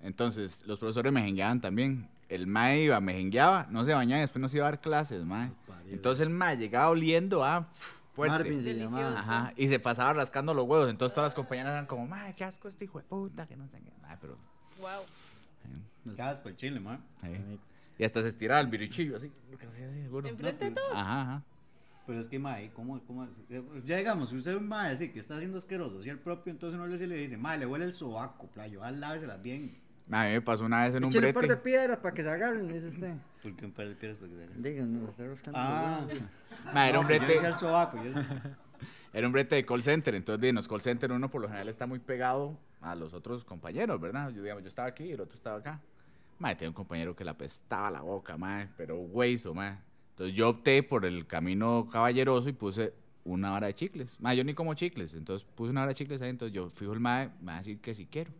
B: Entonces, los profesores mejengueaban también. El mae iba, mejengueaba, no se bañaba y después nos iba a dar clases, mae.
D: parido.
B: Entonces el mae llegaba oliendo a fuerte.
D: Marvin se
A: Delicioso.
D: llamaba.
B: Ajá, y se pasaba rascando los huevos. Entonces todas las compañeras eran como, mae, qué asco este hijo de puta, que no sé qué. Mae, pero.
A: Wow.
C: Qué asco el pues chile, mae.
B: ahí. Y hasta se estiraba el virichillo, así. casi así, seguro.
A: Enfrente de
C: pero-
A: todos.
B: Ajá, ajá.
C: Pero es que, mae, ¿cómo, cómo? Ya digamos, si usted es un mae así que está haciendo asqueroso, si el propio, entonces uno le, le dice, mae, le huele el sobaco, playo, ah, láveselas bien.
B: A mí me pasó una vez en un
D: Échale un par de
B: brete.
D: piedras para que se agarren, dice usted.
C: Porque un par de piedras para que se hagan.
D: Díganos, está rascando.
C: Ah,
B: Mae, era un
C: no, yo
B: brete.
C: decía el sobaco. yo-
B: Era un brete de call center, entonces di, en los call center uno por lo general está muy pegado a los otros compañeros, ¿verdad? Yo digamos, yo estaba aquí y el otro estaba acá. Madre, tenía un compañero que le apestaba la boca, madre, pero hueso, madre. Entonces yo opté por el camino caballeroso y puse una hora de chicles. Madre, yo ni como chicles, entonces puse una hora de chicles ahí, entonces yo fijo el madre, me va a decir que si quiero.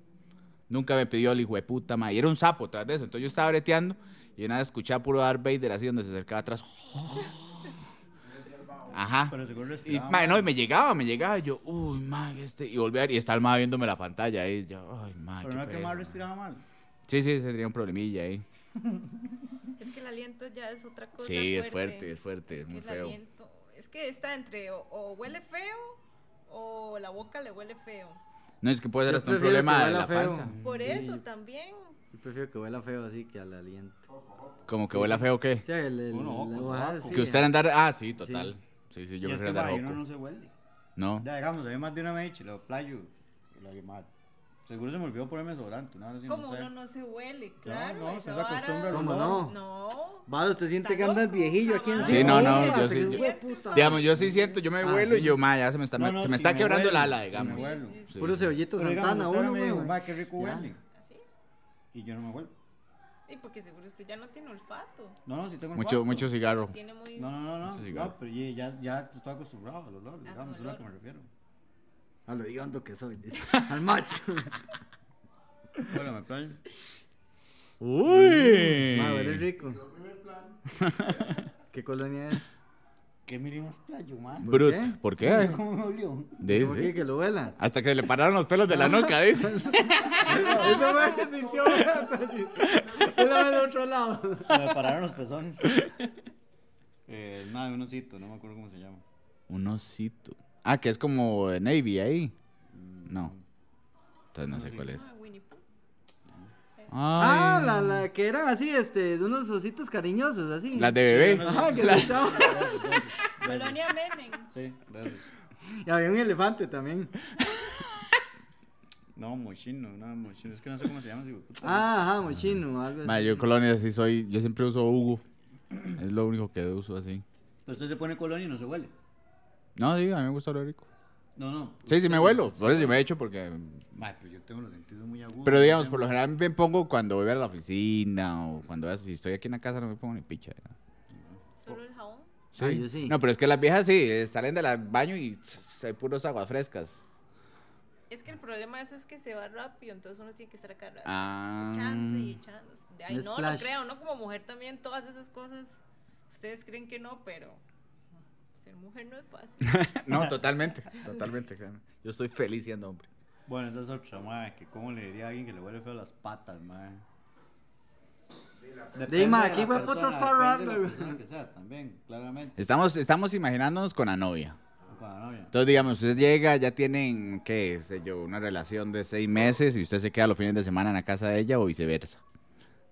B: Nunca me pidió el hijo de puta, madre. Y era un sapo tras de eso, entonces yo estaba breteando y una vez escuchaba puro Darth Vader así donde se acercaba atrás. Ajá.
C: Pero seguro
B: Y,
C: respiraba.
B: mae, no, y me llegaba, me llegaba, y yo, uy, mae, este, y volví a ver, y está el mae viéndome la pantalla ahí, yo, ay, mae,
C: Pero
B: qué
C: no es que el
B: pereza,
C: mae
B: mae".
C: respiraba mal.
B: Sí, sí, se tenía un problemilla ahí.
A: Es que el aliento ya es otra cosa.
B: Sí, es fuerte, es fuerte, es,
A: que
B: muy
A: el
B: feo.
A: aliento- es que está entre o, o huele feo o la boca le huele feo.
B: No, es que puede ser
D: Yo
B: hasta un
D: prefiero que
B: problema de
D: huela
B: la
D: feo.
B: panza.
A: Por
D: Sí,
A: eso
D: yo-
A: también.
D: Yo prefiero que huela feo así que al aliento.
B: Como que huela feo, ¿qué?
D: O sea, el, el,
C: Uno,
D: la-
C: ojo,
D: ajá,
C: sobaco.
B: pues, que usted andar, ah, sí, total. Sí, sí, yo
C: y es que,
B: prefiero andar
C: mae,
B: loco.
C: uno no se huele.
B: No,
C: Ya, digamos, a mí más de una vez he dicho, lo playo, y lo llamar. Seguro se me olvidó ponerme desodorante, una hora así,
A: Como
C: no sé.
A: uno no se huele, claro.
C: no,
A: esa
C: usted se
A: vara-
C: acostumbra al
D: ¿Cómo
C: olor.
D: no?
A: No.
D: Vale, usted siente
A: Está
D: que anda el
A: loco,
D: viejillo aquí
A: jamás.
D: encima.
B: Sí, no, no,
D: Uy,
B: yo
D: hasta que
B: sí-
D: se
B: yo-
D: fue, puta.
B: digamos, yo sí siento, yo me
D: Ah,
B: vuelo y
D: sí.
B: yo, mae, ya se me está,
C: No, no,
B: se me
C: si
B: está
C: me
B: quebrando
C: huele,
B: el ala,
C: si
B: digamos.
C: me huele.
A: Sí, sí, sí.
B: Sí,
D: Puro
B: sí.
D: cebollito
C: Pero digamos,
D: Santana,
C: usted ahora
D: uno,
C: me dijo,
D: güey.
C: mae, qué rico
D: Ya.
C: huele.
A: Así.
C: Y yo no me huelo.
A: Y porque seguro usted ya no tiene olfato.
C: No, no, si tengo
B: Mucho,
C: olfato.
B: mucho cigarro.
A: Tiene muy.
C: No, no, no, no.
B: Ese cigarro.
C: No, pero ya, ya, ya estoy acostumbrado al olor,
A: A
C: digamos,
A: Ah, su
C: es a lo
A: olor.
C: que me refiero.
D: A lo hondo que soy, dice. Al macho.
C: Bueno, me playo.
B: Uy.
D: Ma, huele rico. ¿Qué colonia es?
C: ¿Qué miré más playo, man?
B: Brut,
D: qué?
B: ¿por qué?
C: ¿Cómo me olió?
B: De
D: ¿Por qué
B: ese.
D: que lo huela?
B: Hasta que le pararon los pelos de la nuca, dice.
D: Eso fue que sintió. Huela del otro lado.
C: Se me pararon los pezones. Eh, nada, un osito, no me acuerdo cómo se llama.
B: Un osito. Ah, que es como de Navy ahí. No. Entonces no sé cuál es.
A: Ah, Winnie
C: Pues,
A: Pooh.
D: Ah,
B: Ay,
D: la, la que eran así, este, de unos ositos cariñosos, así.
B: la de bebé.
D: Ajá, que la echaba.
C: Besos.
A: Colonia Menem.
C: Sí, besos.
D: Y había un elefante también.
C: No, mochino, no, mochino. Es que no sé cómo se llama. ese hijo de puta.
D: Ah, ajá, mochino, algo
B: Ma,
D: así.
B: yo colonia sí soy. Yo siempre uso Hugo. Es lo único que uso así.
C: Pero usted se pone colonia y no se huele.
B: No, sí, a mí me gusta lo rico.
C: No, no.
B: Sí, sí me
C: usted-
B: vuelo. Por eso sí me he hecho porque.
C: Ay, pero yo tengo los sentidos muy agudos.
B: Pero digamos, por lo general me pongo cuando voy a la oficina o cuando si estoy aquí en la casa no me pongo ni picha. ¿verdad?
A: Solo
C: Oh.
A: el jabón.
B: Sí.
D: Ah, yo sí.
B: No, pero es que las viejas sí, eh, salen del baño y tss, hay puros aguas frescas.
A: Es que el problema de eso es que se va rápido, entonces uno tiene que estar acá rápido.
B: Ah.
A: echándose y echándose. Ay,
D: Un
A: no,
D: splash.
A: no creo, ¿no? Como mujer también todas esas cosas, ustedes creen que no, pero ser mujer no es fácil.
B: No, totalmente, totalmente. créeme. Yo estoy feliz siendo hombre.
C: Bueno, esa es otra, madre. Que cómo le diría a alguien que le huele feo las patas, madre.
D: De ahí, mae, aquí,
C: fue
D: hueputas, para
C: La
D: rato.
C: persona que sea, también, claramente.
B: Estamos, estamos imaginándonos con la novia.
C: O Con la novia.
B: Entonces, digamos, usted llega, ya tienen, qué sé yo, una relación de seis meses y usted se queda los fines de semana en la casa de ella o viceversa.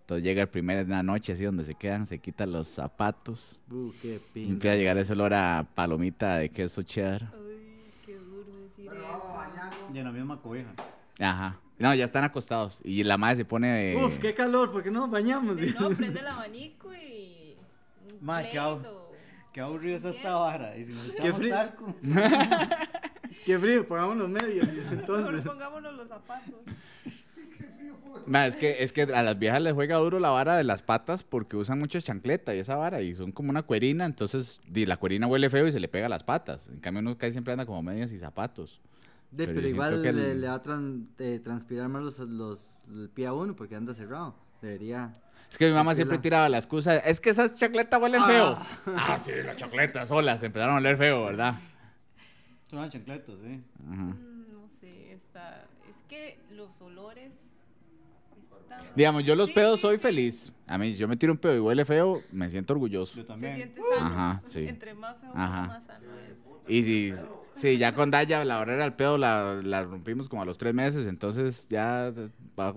B: Entonces llega el primer de la noche, así donde se quedan, se quitan los zapatos.
D: Uh, qué
B: Y
D: pinta.
B: empieza a llegar ese olor a palomita de queso cheddar.
A: Ay, qué duro decir
E: Pero
A: eso.
E: vamos mañana.
C: Y en la misma cobija.
B: Ajá. No, ya están acostados. Y la madre se pone de...
D: Uf, qué calor, ¿por qué no nos bañamos?
A: De, No, prende el abanico y. un
C: Ma, qué ab-
A: pleito.
C: Qué aburrido es esta vara. Y si nos echamos
D: frío.
C: talco.
D: Qué frío, pongamos los medios, dice,
A: Mejor
D: entonces.
A: pongámonos los zapatos.
B: Ma, es, que, es que a las viejas les juega duro la vara de las patas porque usan mucho chancleta y esa vara y son como una cuerina, entonces di, la cuerina huele feo y se le pega a las patas. En cambio uno casi siempre anda como medias y zapatos.
D: De-
B: Pero
D: pero,
B: yo
D: igual
B: siento que
D: le,
B: el-
D: le va a tran- eh, transpirar más los, los, el pie a uno porque anda cerrado. Debería.
B: Es que mi mamá siempre
D: Tranquila.
B: tiraba la excusa, es que esas chancletas huelen feo. Ah, sí, las chancletas solas empezaron a oler feo, ¿verdad?
C: Son unas chancletas, sí.
B: Ajá.
A: Mm, No sé, está. Es que los olores. están-
B: Digamos, yo los
A: Sí,
B: pedos
A: sí,
B: soy
A: sí.
B: feliz. A mí, yo me tiro un pedo y huele feo, me siento orgulloso.
C: Yo
A: Se
C: también.
A: siente sano.
B: Ajá, sí.
A: Entre más feo,
B: Ajá.
A: más sano es.
B: Y si, sí, ya con Daya la barrera al pedo la, la rompimos como a los tres meses, entonces ya va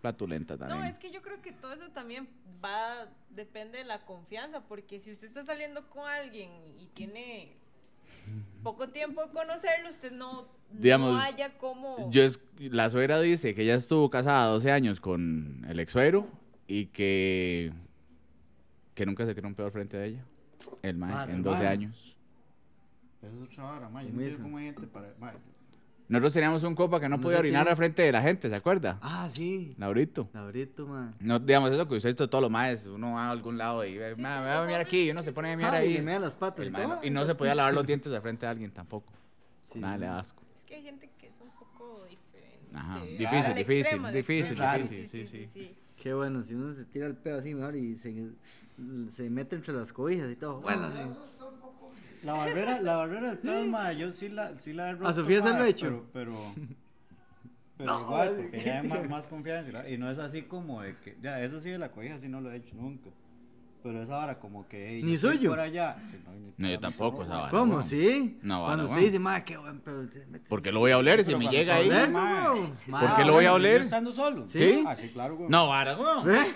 B: flatulenta también.
A: No, es que yo creo que todo eso también va, depende de la confianza, porque si usted está saliendo con alguien y tiene poco tiempo de conocerlo, usted no,
B: Digamos,
A: no haya como...
B: Yo es- la suegra dice que ella estuvo casada 12 años con el ex suegro y que, que nunca se tiró un pedo al frente de ella. El mae,
C: Vale,
B: en 12
C: vale.
B: años.
C: Pero es otra vara, ma. Yo
D: Lo
C: no entiendo
D: mismo.
C: cómo hay gente para. ma,
B: Nosotros teníamos un copa que no,
D: No
B: podía
D: se
B: orinar
D: tiró.
B: al frente de la gente, ¿se acuerda?
D: Ah, sí.
B: Laurito.
D: Laurito, man.
B: No, digamos, eso que usted esto todos los maes, uno va a algún lado y ve,
A: Sí,
B: "Ma,
A: sí,
B: me voy a
A: los
B: mirar
A: hombres,
B: aquí, y uno
A: sí,
B: se pone a
A: sí.
B: mirar
D: Ah, y
B: ahí.
D: le mea las patas.
B: El
D: y
B: mae
D: todo.
B: no- y no se podía lavar los dientes de frente a alguien tampoco.
D: Sí.
B: Nada, le da asco.
A: Es que hay gente que es un poco diferente.
B: Ajá,
A: al
B: difícil, difícil,
A: extremo, al
B: difícil,
A: extremo.
B: difícil, sí,
A: sí.
D: Qué bueno, si uno se tira el pedo así mejor y se, se mete entre las cobijas y todo. Bueno, sí.
C: La barrera, la barrera del pedo, ma, yo sí la, sí la he roto.
D: Sofía se
C: ma,
D: lo he hecho?
C: Pero. Pero, pero igual, porque ya hay más, más confianza. y la- Y no es así como de que. Ya, eso sí de la cobija, sí no lo he hecho nunca. Pero esa vara como que. ey,
D: Ni
C: yo estoy
D: suyo.
C: Por allá. Sí, no, ni-
B: No, yo tampoco esa vara.
D: ¿Cómo?
B: weón.
D: ¿Sí?
B: No,
D: Cuando
B: vale,
D: usted
B: bueno.
D: dice, madre, qué buen pedo. usted mete-
B: ¿Por qué lo voy a oler si
C: Pero
B: me
C: cuando
B: llega ahí?
C: son-
D: ¿Eh?
C: ma.
D: Ma.
B: ¿Por qué lo voy a
C: Ah, bueno,
B: oler?
C: ¿Yo estando solo?
B: ¿Sí?
C: Ah, sí, claro, güey.
B: No, vara, weón.
D: ¿Eh?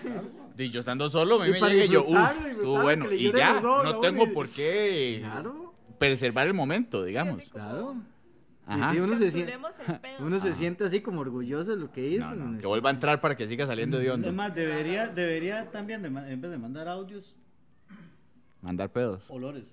B: Y yo estando solo, a mí
D: Y
B: me
D: para
B: llega y yo,
D: disfrutar,
B: uff,
D: disfrutar
B: estuvo
D: que
B: bueno.
D: le
B: Y
D: lloren
B: ya,
D: los ojos,
B: no
D: la
B: tengo
D: bola y-
B: por qué
D: Claro,
B: preservar el momento, digamos.
A: así como-
D: claro.
B: Ajá.
D: Y si uno se siente...
A: Encapsulemos el pedo.
D: Uno se siente así como orgulloso de lo que hizo.
B: No, no,
D: ¿no?
B: que vuelva a entrar para que siga saliendo de
C: Es
B: onda.
C: más, debería, debería también, de ma- en vez de mandar audios,
B: Mandar pedos.
C: olores.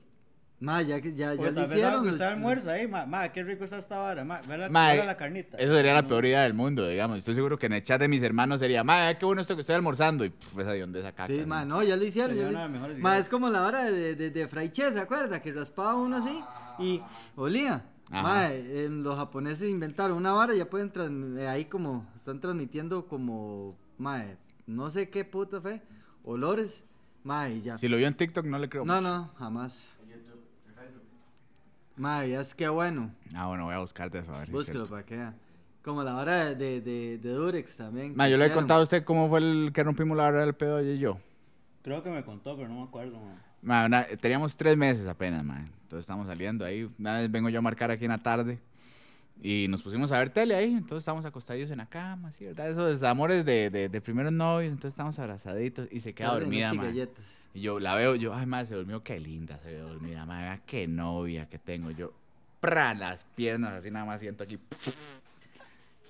D: Ma, ya que ya,
C: O
D: ya
C: tal
D: lo
C: vez algo
D: hicieron.
C: que
D: el-
C: usted almuerza, eh, ma, ma, qué rico está esta vara, ma, ve la,
B: Mae,
C: ve la carnita.
B: Eso sería la
C: No.
B: peor idea del mundo, digamos. Estoy seguro que en el chat de mis hermanos sería, madre, qué bueno esto que estoy almorzando. Y pff, esa de onda esa caca.
D: Sí,
B: ¿no?
D: ma, no, ya lo hicieron. ya
C: Sería
D: lo-
C: una de las mejores
D: Ma,
C: ideas.
D: es como la hora de, de, de Fray Che, ¿se acuerda? Que raspaba uno así y olía.
B: Ah. Ajá.
D: Ma, eh, los japoneses inventaron una vara, ya pueden tran- eh, ahí como, están transmitiendo como, ma, eh, no sé qué puta fe, olores, ma, y ya.
B: Si lo vio en TikTok, no le creo.
D: no,
B: mucho.
D: no, jamás. Ma, ya es que bueno,
B: Ah, bueno, voy a buscarte eso. A ver si es
D: búsquelo
B: cierto.
D: para que vea. Como la hora de, de, de, de Durex también.
B: Ma,
D: que
B: yo le he
D: hicieron.
B: contado a usted cómo fue el que rompimos la barrera del pedo ella y yo.
C: Creo que me contó, pero no me acuerdo, ma.
B: Ma, una- teníamos tres meses apenas, ma. Entonces estamos saliendo ahí. Una vez vengo yo a marcar aquí en la tarde. Y nos pusimos a ver tele ahí. Entonces estábamos acostaditos en la cama, ¿sí? ¿Verdad? Esos amores de, de, de primeros novios. Entonces estábamos abrazaditos y se queda
D: Tarde,
B: dormida,
D: noche y
B: ma.
D: galletas.
B: Y yo la veo, yo, ay, madre, se durmió, qué linda se ve dormida, madre, vea qué novia que tengo. Yo, pra, las piernas así nada más siento aquí.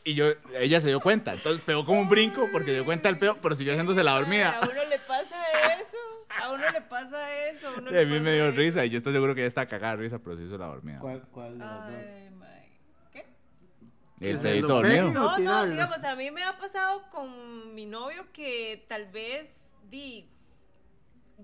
B: Y yo, ella se dio cuenta, entonces pegó como un brinco porque se dio cuenta el peo, pero siguió haciéndose la
A: Ay,
B: dormida.
A: Ah, A uno le pasa eso. A uno le pasa eso. A, uno
B: Y
A: le
B: a mí me
A: pasa
B: dio
A: eso.
B: risa y yo estoy seguro que ella está cagada de risa, pero se hizo la dormida.
C: ¿Cuál, cuál de las dos?
A: Ay, mae. ¿Qué?
B: Y el
D: Que se
B: pedito
D: lo peguen.
B: dormido.
D: o
A: No, no,
D: tirarlo.
A: digamos, a mí me ha pasado con mi novio que tal vez di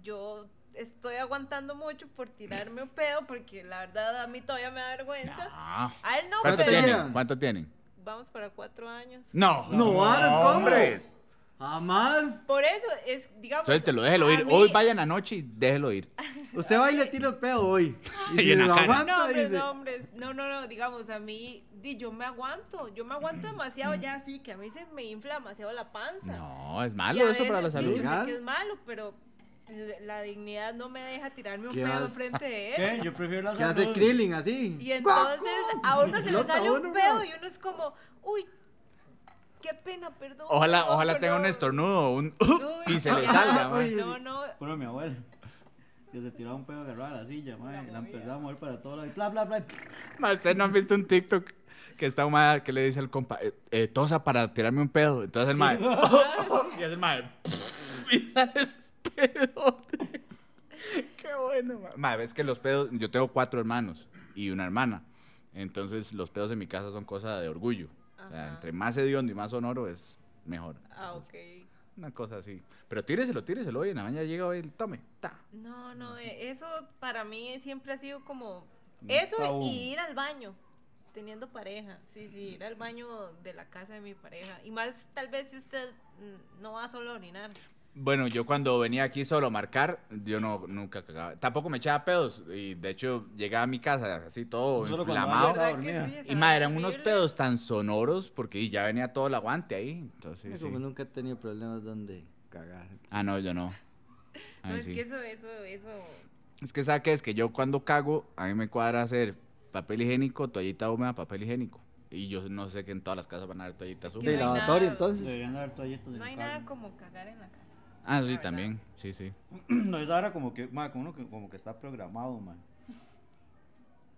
A: yo estoy aguantando mucho por tirarme un pedo porque la verdad a mí todavía me da vergüenza.
B: Ah.
A: A él no,
B: ¿Cuánto
A: pero
D: tenía?
B: tienen? ¿Cuánto tienen?
A: vamos para cuatro años.
B: No,
D: No, varas, ¿cómo?
B: hombres.
D: Jamás.
A: Por eso es, digamos.
B: Suéltelo, déjelo ir.
A: a mí-
B: Hoy vayan anoche y déjelo ir.
D: Usted va y le tira el pedo hoy.
B: Y
D: Y, si
B: en la
D: lo
B: cara.
A: No,
D: aguanta,
A: hombres,
D: dice.
A: no, hombres. No, no, no, digamos, a mí, di, yo me aguanto, yo me aguanto demasiado ya así, que a mí se me infla demasiado la panza.
B: No, es
A: Y
B: malo
A: a
B: eso para la
A: veces
B: salud.
A: Sí, yo sé
D: Legal.
A: que es malo, pero l- la dignidad no me deja tirarme un
D: ¿Qué
A: pedo
D: vas-
A: enfrente de él.
C: ¿Qué? Yo prefiero la
D: Que hace
C: salud.
D: krilling así.
A: Y entonces a uno se le
D: Explota
A: sale
D: uno,
A: un pedo
D: ¿no?
A: y uno es como, uy, qué pena, perdón.
B: Ojalá,
A: no,
B: ojalá tenga un
A: perdón".
B: estornudo un
A: Uy,
B: y se le
A: ajá,
B: salga,
D: ma.
A: No, no,
C: Puro mi abuelo. Que se tiraba un pedo agarrado a la silla, ma. y La empezaba a mover para todos lados. y Bla, bla, bla.
B: ma. Ustedes no han visto un TikTok que está humada que le dice al compa, eh, eh, tosa para tirarme un pedo. Entonces el mae, y hace el mae, y sale ese pedote. Qué bueno, ma. Ma, ves que los pedos, yo tengo cuatro hermanos y una hermana. Entonces los pedos en mi casa son cosa de orgullo. O sea,
A: Ajá.
B: entre más hediondo y más sonoro es mejor.
A: Ah, ok.
B: Una cosa así. Pero tíreselo, tíreselo hoy. En la mañana llega hoy, tome, ta.
A: No, no, eh, eso para mí siempre ha sido como...
B: Mm,
A: Eso
C: tabú.
A: y ir al baño, teniendo pareja. Sí, sí, ir al baño de la casa de mi pareja. Y más tal vez si usted mm, no va solo a orinar.
B: Bueno, yo cuando venía aquí solo a marcar, yo no, nunca cagaba. Tampoco me echaba pedos. Y de hecho, llegaba a mi casa así todo
C: Solo cuando
B: inflamado.
C: había-
A: ¿Verdad que
C: dormida.
A: sí?
B: Y
A: Estaba
B: más, eran unos
A: horrible.
B: pedos tan sonoros porque ya venía todo el aguante ahí. Entonces,
D: Como
B: sí.
D: nunca he tenido problemas donde cagar.
B: Ah, no, yo no. A
A: No,
B: mí
A: es
B: sí.
A: que eso, eso, eso...
B: Es que, ¿sabes qué? Es que yo cuando cago, a mí me cuadra hacer papel higiénico, toallita húmeda, papel higiénico. Y yo no sé que en todas las casas van a haber toallitas
A: Que
D: De
A: no hay
B: húmedas.
A: la-
D: lavatorio,
A: nada.
D: entonces.
C: Deberían dar toallitas en
A: No hay
C: el carro.
A: nada como cagar en la casa.
B: Ah,
A: la
B: sí,
A: verdad.
B: también. Sí, sí.
C: No es ahora como que, ma, como, uno que, como que está programado, ma.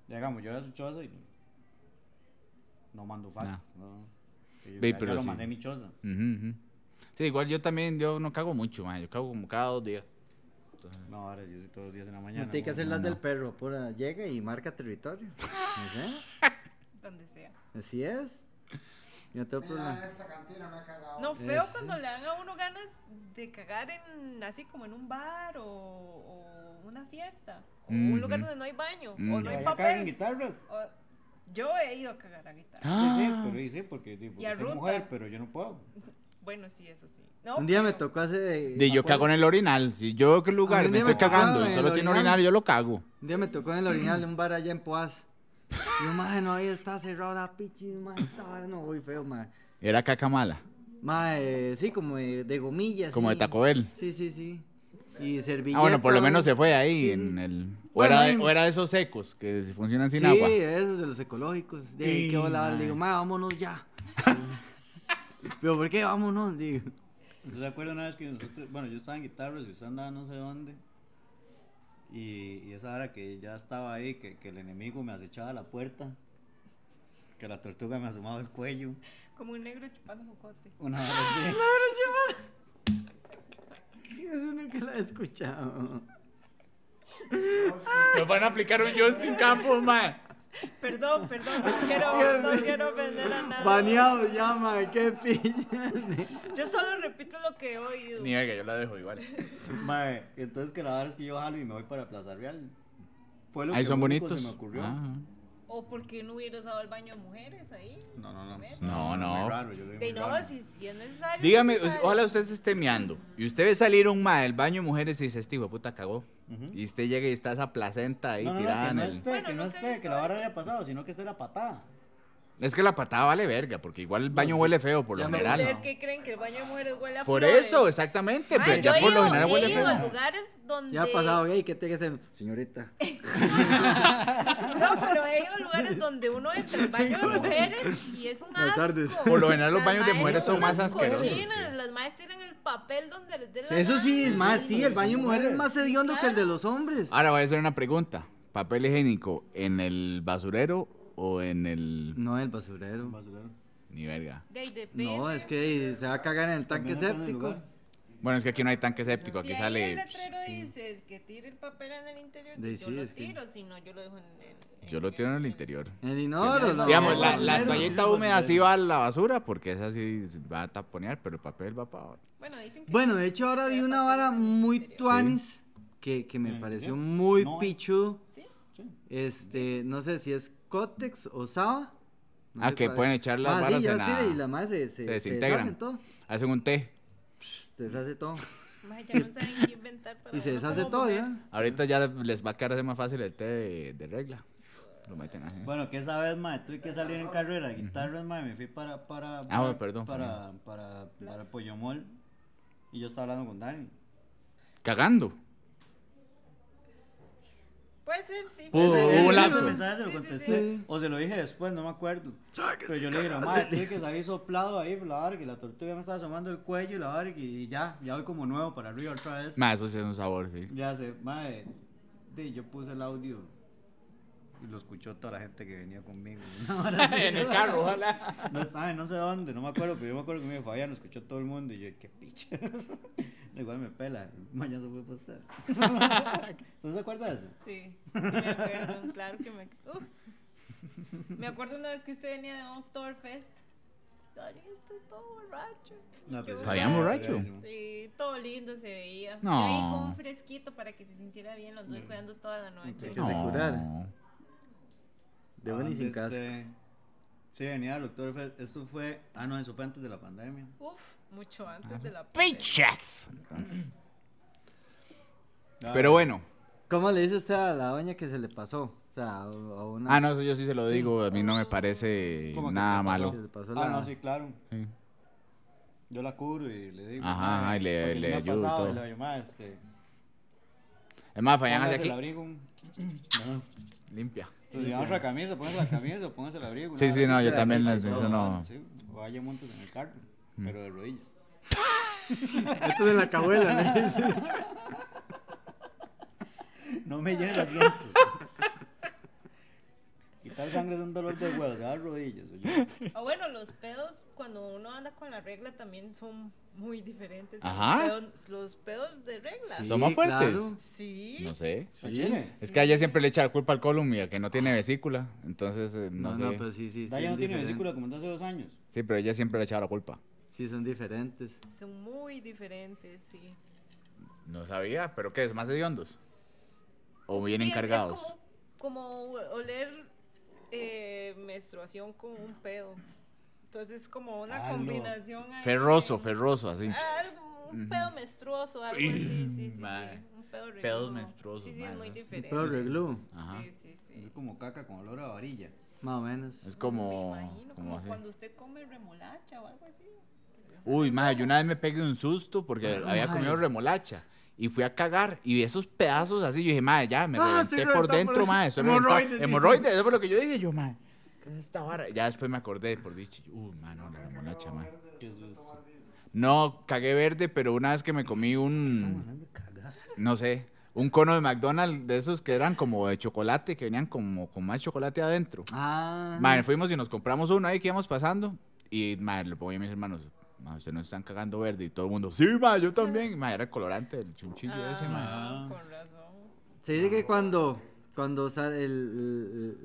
C: Digamos, yo ya su choza y no mando fax.
B: Ah.
C: No. Y
B: Ve,
C: ya-
B: pero
C: ya lo
B: sí.
C: mandé a mi choza.
B: Ujú, ujú. Sí, igual yo también, yo no cago mucho, más. Yo cago como cada dos días.
C: No, ahora yo sí todos los días en la mañana.
D: No tiene que
C: ma.
D: hacer las del perro, pura llega y marca territorio. ¿Sí?
A: Donde sea.
D: Así es. Yo no tengo
E: Mira, en
D: problema.
E: esta cantina me ha cagado.
A: No,
D: Eh,
A: feo
D: sí.
A: cuando le dan a uno ganas de cagar en, así como en un bar o, o una fiesta. O un lugar
B: Ujú.
A: donde no hay baño.
B: Mm.
A: O
C: Que
A: no
B: Ya,
A: hay
C: vaya a cagar en
A: papel.
C: guitarras.
A: O- yo he ido a cagar a guitarra.
D: Ah.
C: Sí, sí, pero sí, porque, sí, porque
A: a
C: soy
A: ruta.
C: mujer, pero yo no puedo.
A: Bueno, sí, eso sí. No,
D: Un día me
A: pero-
D: tocó hacer. eh,
B: De yo cago en el orinal. Si yo en qué
D: A mí
B: lugar
D: un
B: me
D: día me
B: estoy cagando
D: cagaba
B: y
D: en
B: solo
D: el
B: tiene
D: orinal.
B: orinal, yo lo cago.
D: Un día me tocó en el orinal de un bar allá en Poaz. Yo, madre, no había estado cerrado ah, la pichis, madre, esta vara no, uy, feo, madre.
B: Era caca mala.
D: Madre, sí, como de, de gomillas.
B: Como de Taco Bell.
D: Sí, sí, sí. Y servilleta.
B: Ah, bueno, por lo menos
D: güey.
B: se fue ahí
D: Sí,
B: en
D: sí.
B: el... O,
D: Bueno,
B: era
D: ahí-
B: de, o era de esos secos que funcionan sin
D: sí,
B: agua.
D: esos de los ecológicos. De ahí,
B: Sí,
D: qué bola, vara.
B: mae.
D: Le digo, madre, vámonos ya. Pero, ¿por qué vámonos? Digo.
C: ¿Usted se acuerda una vez que nosotros, bueno, yo estaba en guitarras y usted andaba no sé dónde? Y, y esa hora que ya estaba ahí, que, que el enemigo me acechaba la puerta, que la tortuga me asomaba el cuello.
A: Como un negro chupando jocote.
C: Una hora así.
D: Eso nunca la he escuchado.
B: Nos van a aplicar un Justin Campos, man.
A: Perdón, perdón, no quiero, no quiero ofender a nadie.
D: Baneado ya, madre, qué pinche.
A: Yo solo repito lo que he oído.
B: Ni verga, yo la dejo igual.
C: Mae, entonces que la verdad es que yo jalo y me voy para Plaza Real. Fue lo
B: Ahí
C: que
B: son
C: único
B: bonitos.
C: Se me ocurrió.
B: Ah.
A: O porque no hubiera usado el baño de mujeres ahí.
C: No, no, no.
B: No, no.
C: muy raro, yo soy
A: De
C: muy
A: no,
C: raro.
A: si, si es necesario.
B: Dígame,
A: es necesario.
B: ojalá usted se esté meando. Y usted ve salir un ma del baño de mujeres y dice, este hijo de puta cagó.
C: Ujú.
B: Y usted llega y está esa placenta ahí
C: No, no, no,
B: tirada
C: que
B: en
C: no
B: el-
C: esté,
A: Bueno,
C: que no
A: nunca he
C: esté, que
A: visto
C: la vara
A: eso.
C: haya pasado, sino que esté la patada.
B: Es que la patada vale verga, porque igual el baño huele feo por lo
D: Ya me
B: general.
A: ¿Ustedes qué creen que el baño de mujeres huele a
B: Por
A: flores?
B: eso, exactamente.
A: Mae,
B: pero
A: yo
B: ya
A: he
B: por lo
A: ido-
B: general
A: he
B: huele
A: ido
B: feo.
A: a lugares donde...
D: Ya ha pasado, gay, ¿qué tiene que ser? Señorita.
A: No, pero he ido a lugares donde uno entra al baño de mujeres y es un
D: Buenas
A: asco.
D: tardes.
B: Por lo general los
A: Las
B: baños de
A: maes
B: mujeres son
A: unas
B: más asquerosos,
A: cochinas,
B: sí.
A: Las maestras tiran el papel donde les dé la
D: Eso sí, es
A: gana.
D: más, sí, el baño de
C: son
D: mujeres es
C: mujeres.
D: más hediondo que el de los hombres.
B: Ahora voy a hacer una pregunta. ¿Papel higiénico en el basurero o en el...
D: No, el basurero.
C: Basurero.
B: Ni verga.
A: De ahí depende.
D: No, es que se va a cagar en el tanque
C: También no pone
D: séptico.
C: lugar.
B: Bueno, es que aquí no hay tanque séptico,
A: Si ahí
B: aquí
A: el
B: sale...
A: letrero dice que tire el papel en el interior,
D: De-
A: yo
D: sí,
A: lo
D: es que-
A: tiro, si no yo lo dejo en el...
B: Yo lo tiro en el interior.
D: En el inodoro, no.
B: Digamos, la,
C: el
B: la
C: basurero,
B: toallita
C: el
B: húmeda sí
C: basurero.
B: va a la basura porque esa sí va a taponear, pero el papel va para ahora.
A: Bueno, dicen que
D: Bueno,
A: sí,
D: de hecho ahora
A: tira
D: vi
A: el
D: una
A: papel
D: vara
A: en el
D: muy
A: interior.
D: tuanis que, que
C: ¿En
D: me
C: el
D: pareció
C: interior?
D: muy
C: No eh. hay.
D: pichudo.
A: ¿Sí?
C: Sí.
D: Este, no sé si es Cotex o Saba. No
B: Ah,
D: sé
B: que
D: cuál.
B: pueden echar las
D: Ah, sí,
B: varas
D: ya
B: en
D: las
B: la-
D: tira y la madre se, se,
B: se
D: se
B: desintegran.
D: deshacen todo.
B: Hacen un té.
D: Se deshace todo.
A: Mae, ya no saben qué inventar para
D: Y se
A: uno
D: deshace
A: como
D: todo,
A: mujer.
D: ¿ya?
B: Ahorita ya les va a quedar más fácil el té de, de regla. Lo meten así.
C: Bueno, que esa vez, mae, tuve que salir en carrera, guitarras, mae, me fui para, para, para,
B: Ah, bueno, perdón,
C: para, para, para Poyomol y yo estaba hablando con Dani.
B: Cagando.
A: Puede ser, sí.
B: Pudo,
A: puede ser.
B: hubo un
C: Ese
B: Oh, lazo.
C: mensaje se lo
A: Sí, sí,
C: contesté,
D: sí.
C: o se lo dije después, no me acuerdo. Pero yo le dije, mae, tuve que salir soplado ahí, la vara, que la tortuga me estaba asomando el cuello, la vara, que- y ya, ya voy como nuevo para arriba otra vez.
B: Más, eso sí es un sabor, sí.
C: Ya sé, mae, di, yo puse el audio y lo escuchó toda la gente que venía conmigo. Ahora sí.
B: en el carro, ojalá.
C: No sabe, no sé dónde, no me acuerdo, pero yo me acuerdo que me dijo Fabián, lo escuchó todo el mundo y yo, qué picha. Igual me pela, mañana se fue para usted. ¿No se acuerda de eso?
A: Sí, sí me acuerdo, uh. claro que me... Uf. Me acuerdo una vez que usted venía de un Oktoberfest Torito y todo borracho.
C: No, pero
A: Yo-
B: pues, Fabián Sabíamos, borracho.
A: Sí, todo lindo se veía.
B: No.
A: Yo ahí con un fresquito para que se sintiera bien, los dos cuidando toda la noche.
D: Que se curara. De buena y sin
C: casa.
B: eh.
D: casa.
C: Ah, este, Sí, venía el doctor. Fe- Esto fue. Ah, no, eso fue antes de la pandemia.
A: Uf, mucho antes
B: Ah,
A: de la
B: ¡Pichas!
C: Ah,
B: Pero bueno.
D: ¿Cómo le dice usted a la doña que se le pasó? O sea, a a una.
B: Ah, no, eso yo sí se lo digo. A mí no me parece
C: ¿cómo que
B: nada
C: se pasó?
B: malo.
D: Que se pasó
C: Ah,
D: la-
C: no, sí, claro.
B: Sí.
C: Yo la curo y le digo.
B: Ajá,
C: "Mae,
B: ajá, y le- le
C: porque sí me ha
B: ayudo y
C: pasado",
B: todo.
C: y le digo, "Mae, este,
B: Es más, Fabián hace
C: póngase el
B: aquí.
C: abrigo. No.
B: Limpia.
C: Entonces, digamos Pues la camisa, póngase la camisa o póngase el abrigo.
B: Sí,
C: una
B: sí,
C: vez
B: no,
C: así.
B: yo también
D: la-
B: les
D: la-
B: eso no. Mm.
C: Sí, o haya montes en el carro, pero de rodillas.
D: Esto es en la cabuela, ¿no? Sí.
C: No me llena el asiento. Quitar sangre es un dolor de huevos, de las rodillas. oye.
A: O bueno, los pedos cuando uno anda con la regla también son muy diferentes. a
B: Ajá.
A: Los pedos, los pedos de regla.
D: Sí,
A: Sí.
B: ¿Son más fuertes?
D: claro.
B: No sé.
C: ¿A Chile?
B: Es que a ella siempre le echa la culpa al column y a que no tiene vesícula. Entonces, eh, no,
D: No,
B: sé.
D: no, pues. pero sí, sí. sí
C: Daya
D: es
C: no tiene
D: diferente.
C: vesícula como desde hace dos años.
B: Sí, pero ella siempre le echaba la culpa.
D: Sí, son diferentes.
A: Son muy diferentes, sí.
B: No sabía, pero ¿qué? ¿Es más hediondos? ¿O bien
A: Sí, es- es
B: encargados?
A: como, como oler eh, menstruación con un pedo. Entonces, es como una
C: Ah, no.
A: combinación. ahí
B: Ferroso,
A: de-
B: ferroso, así.
A: Ah, Algo, un pedo menstruoso, algo así, sí, sí, sí.
B: Mae.
A: sí, Un pedo regludo.
B: Pedos menstruosos,
A: Sí, sí, es
B: mae,
A: muy
B: ¿no?
A: diferente.
D: Pero reglú,
B: Ajá.
A: Sí, sí,
C: Es
A: sí.
C: como caca con olor a varilla.
D: más o menos.
B: Es
A: Me
B: como.
A: imagino,
B: como
A: como
B: así.
A: cuando usted come remolacha o algo así.
B: Uy, madre, yo una vez me pegué un susto porque
D: Ay.
B: había comido remolacha. Y fui a cagar y vi esos pedazos así. Yo dije, madre, ya, me
D: Ah,
B: reventé
D: sí,
B: por
D: reventado
B: dentro,
D: por-
B: madre. estoy
D: Hemorroides,
B: reventado.
D: dice.
B: Hemorroides, eso fue lo que yo dije. Yo, madre, ¿qué es esta vara? Ya después me acordé por dicho. yo, Uy, mano, la remolacha, madre.
C: Jesús.
B: No, cagué verde, pero una vez que me comí un. No sé, un cono de McDonald's de esos que eran como de chocolate, que venían como con más chocolate adentro.
D: Ah.
B: Madre, fuimos y nos compramos uno ahí que íbamos pasando. Y madre, le pongo a mis hermanos. Madre, ustedes no están cagando verde. Y todo el mundo, sí, madre, yo también. Madre, era el colorante, el chunchillo ese, madre.
A: Ah, con razón.
D: Se dice que cuando, cuando sale el, el-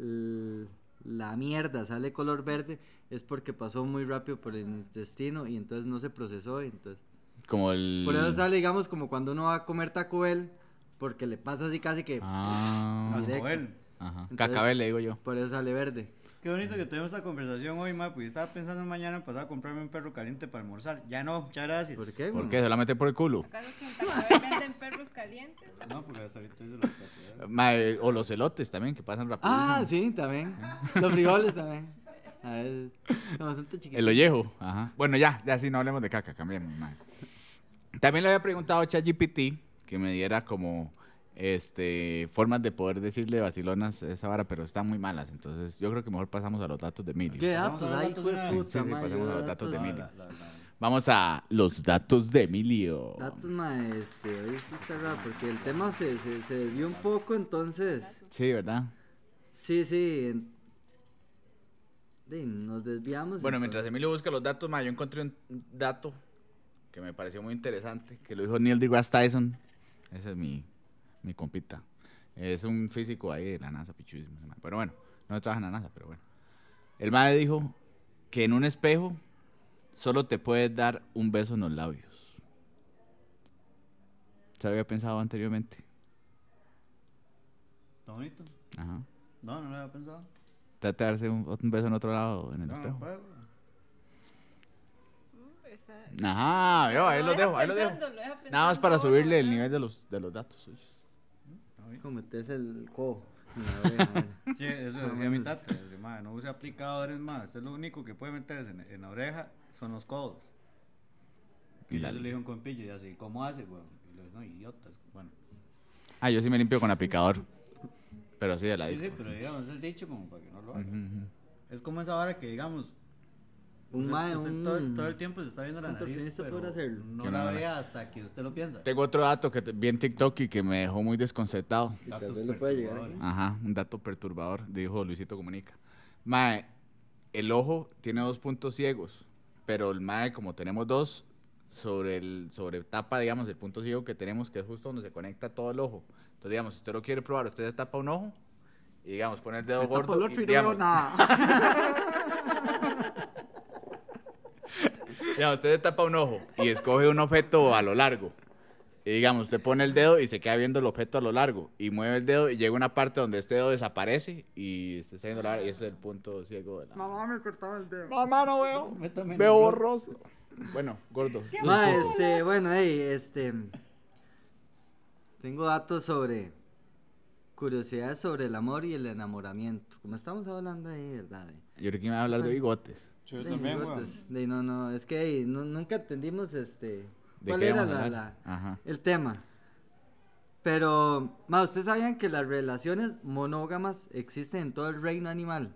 D: el- la mierda sale color verde es porque pasó muy rápido por el intestino y entonces no se procesó. y entonces...
B: Como el.
D: Por eso sale, digamos, como cuando uno va a comer Taco Bell, porque le pasa así casi que...
B: Ah,
D: Así.
C: Asco él.
B: ajá.
D: Entonces-
B: Cacabel, le digo yo.
D: Por eso sale verde.
C: Qué bonito que tuvimos esta conversación hoy, ma, porque estaba pensando mañana en pasar a comprarme un perro caliente para almorzar. Ya no, muchas gracias.
D: ¿Por qué? Mm.
B: ¿Por
D: güey?
B: qué? ¿Se la mete por el culo?
A: ¿Acaso que en Taco Bell venden perros calientes?
C: No, porque hasta ahorita hice los tatuajes.
B: Madre, o los elotes también, que pasan rápido.
D: Ah, sí, también. Los frijoles también. A ver, no, bastante chiquito.
B: El ollejo, ajá. Bueno, ya, ya sí, no hablemos de caca, cambiemos. madre. También le había preguntado a ChatGPT que me diera como este formas de poder decirle vacilonas a esa vara, pero están muy malas. Entonces, yo creo que mejor pasamos a los datos de Emilio.
D: ¿Qué
C: Pasamos a
D: datos?
C: los
D: Ay,
C: datos
D: hijo de
C: de una vez.
D: puta,
B: Sí, sí,
D: madre,
B: pasemos a los datos de Emilio.
C: La- la- la-
B: Vamos a los datos de Emilio.
D: Datos, mae, este, hoy sí está raro porque el tema se, se, se desvió un poco, entonces,
B: Sí, ¿verdad?
D: sí, sí, en- de- nos desviamos.
B: Bueno,
D: entonces.
B: mientras Emilio busca los datos, ma, yo encontré un un dato que me pareció muy interesante, que lo dijo Neil deGrasse Tyson. Ese es mi, mi compita. Es un físico ahí de la NASA, pichudísimo. ese ma. Pero bueno, no trabaja en la NASA, pero bueno. El madre dijo que en un espejo solo te puedes dar un beso en los labios. ¿Se había pensado anteriormente?
C: ¿Está bonito?
B: Ajá.
C: No, no lo había pensado.
B: Trate de darse un, un beso en otro lado, en el
C: No, pues, no
B: espejo.
C: puedo.
A: Mm, esa-
B: Ajá, veo, ahí
A: Lo
B: lo
A: deja
B: dejo, ahí lo dejo.
A: Ah, pensando, lo deja
B: Nada más
A: pensando,
B: para
A: ahora,
B: subirle el
A: ¿verdad?
B: nivel de los, de los datos suyos.
D: Como te es el cojo. en la oreja, bueno.
C: Sí, eso decía mi tata. Dice, "Mae, no use aplicadores más. Usted lo único que puede meterse en, en la oreja son los codos.
B: Y
C: Y yo
B: la-
C: se le dije a un compillo y así, ¿cómo hace, weón? Y le dije, no, idiotas. Bueno,
B: Ah, yo sí me limpio con aplicador. Pero sí, de la
C: sí,
B: disco.
C: sí, pero digamos, es el dicho como para que no lo haga.
B: Ujú, ujú.
C: Es como esa hora que, digamos,
D: Un
C: usted-
D: mae,
C: usted
D: un...
C: todo, todo el tiempo se está viendo la nariz,
D: contorsionista
C: pero
D: puede hacerlo.
C: no
B: Que no,
C: la
B: no.
C: vea hasta que usted lo piensa.
B: Tengo otro dato que te- vi en TikTok y que me dejó muy desconcertado.
D: Y tal vez le puede llegar ¿eh?
C: perturbadores.
B: Ajá, un dato perturbador, dijo Luisito Comunica. Mae, el ojo tiene dos puntos ciegos, pero el mae, como tenemos dos, sobre el sobre tapa, digamos, el punto ciego que tenemos, que es justo donde se conecta todo el ojo. Entonces, digamos, si usted lo quiere probar, usted se tapa un ojo y, digamos, pone el dedo
D: Me tapo
B: gordo.
D: el
B: y,
D: otro y no veo
B: digamos,
D: nada.
B: Ya, usted se tapa un ojo y escoge un objeto a lo largo. Y digamos, usted pone el dedo y se queda viendo el objeto a lo largo. Y mueve el dedo y llega a una parte donde este dedo desaparece y se está viendo la Y ese es el punto ciego de la. Mamá, me cortaba el dedo. Mamá, no veo.
C: Métame en
B: Veo
C: el
B: borroso. Bueno, gordo.
D: Ma, este, bueno, hey, este. Tengo datos sobre. Curiosidades sobre el amor y el enamoramiento. Como estamos hablando ahí, ¿verdad? eh?
B: Yo creo que me va a hablar de bigotes.
C: Yo
D: De
C: también, weón.
D: bigotes. De- no, no, es que ey, no- nunca entendimos este.
B: ¿De
D: ¿Cuál
B: qué
D: era
B: vamos a
D: la-
B: hablar?
D: la-
B: Ajá.
D: el tema? Pero, ma, ¿ustedes sabían que las relaciones monógamas existen en todo el reino animal?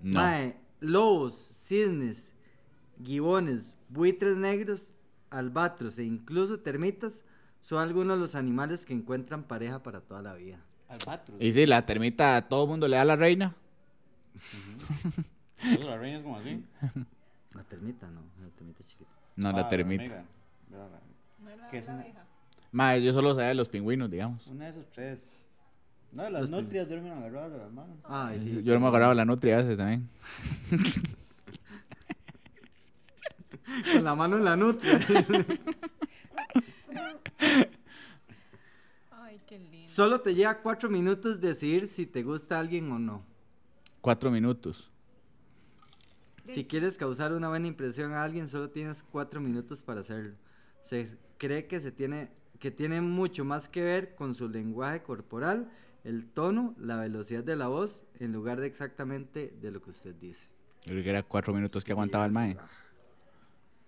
B: No.
D: Mae, lobos, cisnes, gibones, buitres negros, albatros e incluso termitas son algunos de los animales que encuentran pareja para toda la vida.
C: Albatros.
B: Y si la termita a todo mundo le da a la reina.
C: Entonces, La reina es como así.
D: La termita no, la termita es chiquita.
B: No,
C: Ah,
B: la termita.
C: amiga. Mira, la-
A: No era
C: ¿Qué es
A: la
C: una-
A: abeja.
B: Mae, yo solo sabía de los pingüinos, digamos.
C: Una de esas tres. No, las
D: Los pin-
C: nutrias duermen agarradas de las manos.
D: Ay, sí.
B: Yo no me acordaba de la nutria a veces también.
D: Con la mano en la nutria.
A: Ay, qué lindo.
D: Solo te lleva cuatro minutos decidir si te gusta alguien o no.
B: Cuatro minutos.
D: Si quieres causar una buena impresión a alguien, solo tienes cuatro minutos para hacerlo. Se cree que se tiene que tiene mucho más que ver con su lenguaje corporal, el tono, la velocidad de la voz, en lugar de exactamente de lo que usted dice.
B: Yo creo que era cuatro minutos que aguantaba el mae.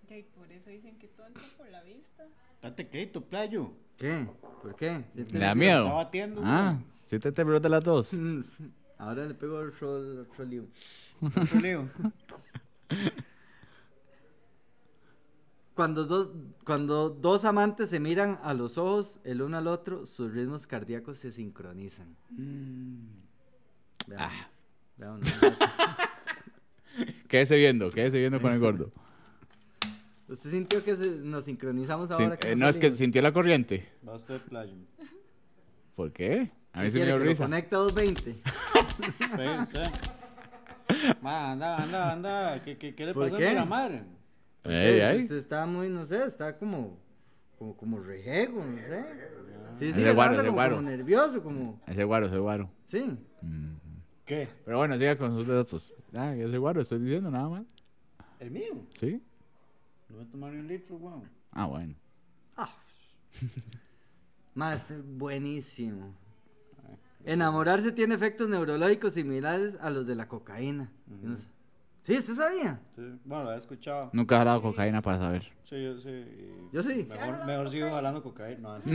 A: Ya, y por eso dicen que todo entra por la vista.
C: Date quieto, playo.
D: ¿Qué? ¿Por qué? ¿Sí
B: ¿Le
D: te-
B: da miedo?
C: está batiendo,
B: Ah,
C: güey.
B: si te te brota las dos.
D: Ahora le pego el rol, otro lío.
C: Otro lío.
D: Cuando dos, cuando dos amantes se miran a los ojos el uno al otro, sus ritmos cardíacos se sincronizan. Veamos.
B: Ah.
D: Veamos.
B: Quédese viendo, quédese viendo con el gordo.
D: ¿Usted sintió que se- nos sincronizamos
B: Sin-
D: ahora?
B: eh,
D: nos
B: no, es que
D: salimos?
B: sintió la corriente.
C: Va usted, playo.
B: ¿Por qué? A mí
D: ¿Qué
B: se me
D: quiere,
B: dio
D: que lo
B: risa.
D: Conecta a 220.
C: Ve usted. Pues, eh. Ma, anda, anda, anda. ¿Qué, qué, qué le
D: ¿Por
C: pasa
D: qué?
C: a la madre?
B: Ey,
D: Usted-
B: ey.
D: Pues, Usted está muy, no sé, está como, como, como rejego, no sé. Sí,
B: Es
D: sí,
B: de
D: le
B: guaro,
D: habla
B: es de
D: como,
B: guaro.
D: como nervioso, como,
B: Ese guaro, ese guaro.
D: sí.
C: ¿Qué?
B: Pero bueno, siga con sus datos. Ah, ese guaro, estoy diciendo nada más.
C: ¿El mío?
B: ¿Sí?
C: No voy a tomar ni un litro, weón.
B: Ah, bueno.
D: Más, este es buenísimo. Enamorarse tiene efectos neurológicos similares a los de la cocaína. Yo no sé. Sí, ¿usted sabía?
C: Sí, Bueno, lo he escuchado.
B: Nunca he jalado cocaína para saber.
C: Sí, yo sí. y-
D: Yo sí.
A: ¿Se ha
C: Mejor,
A: jalado
C: mejor sigo
A: cocaína?
C: jalando cocaína.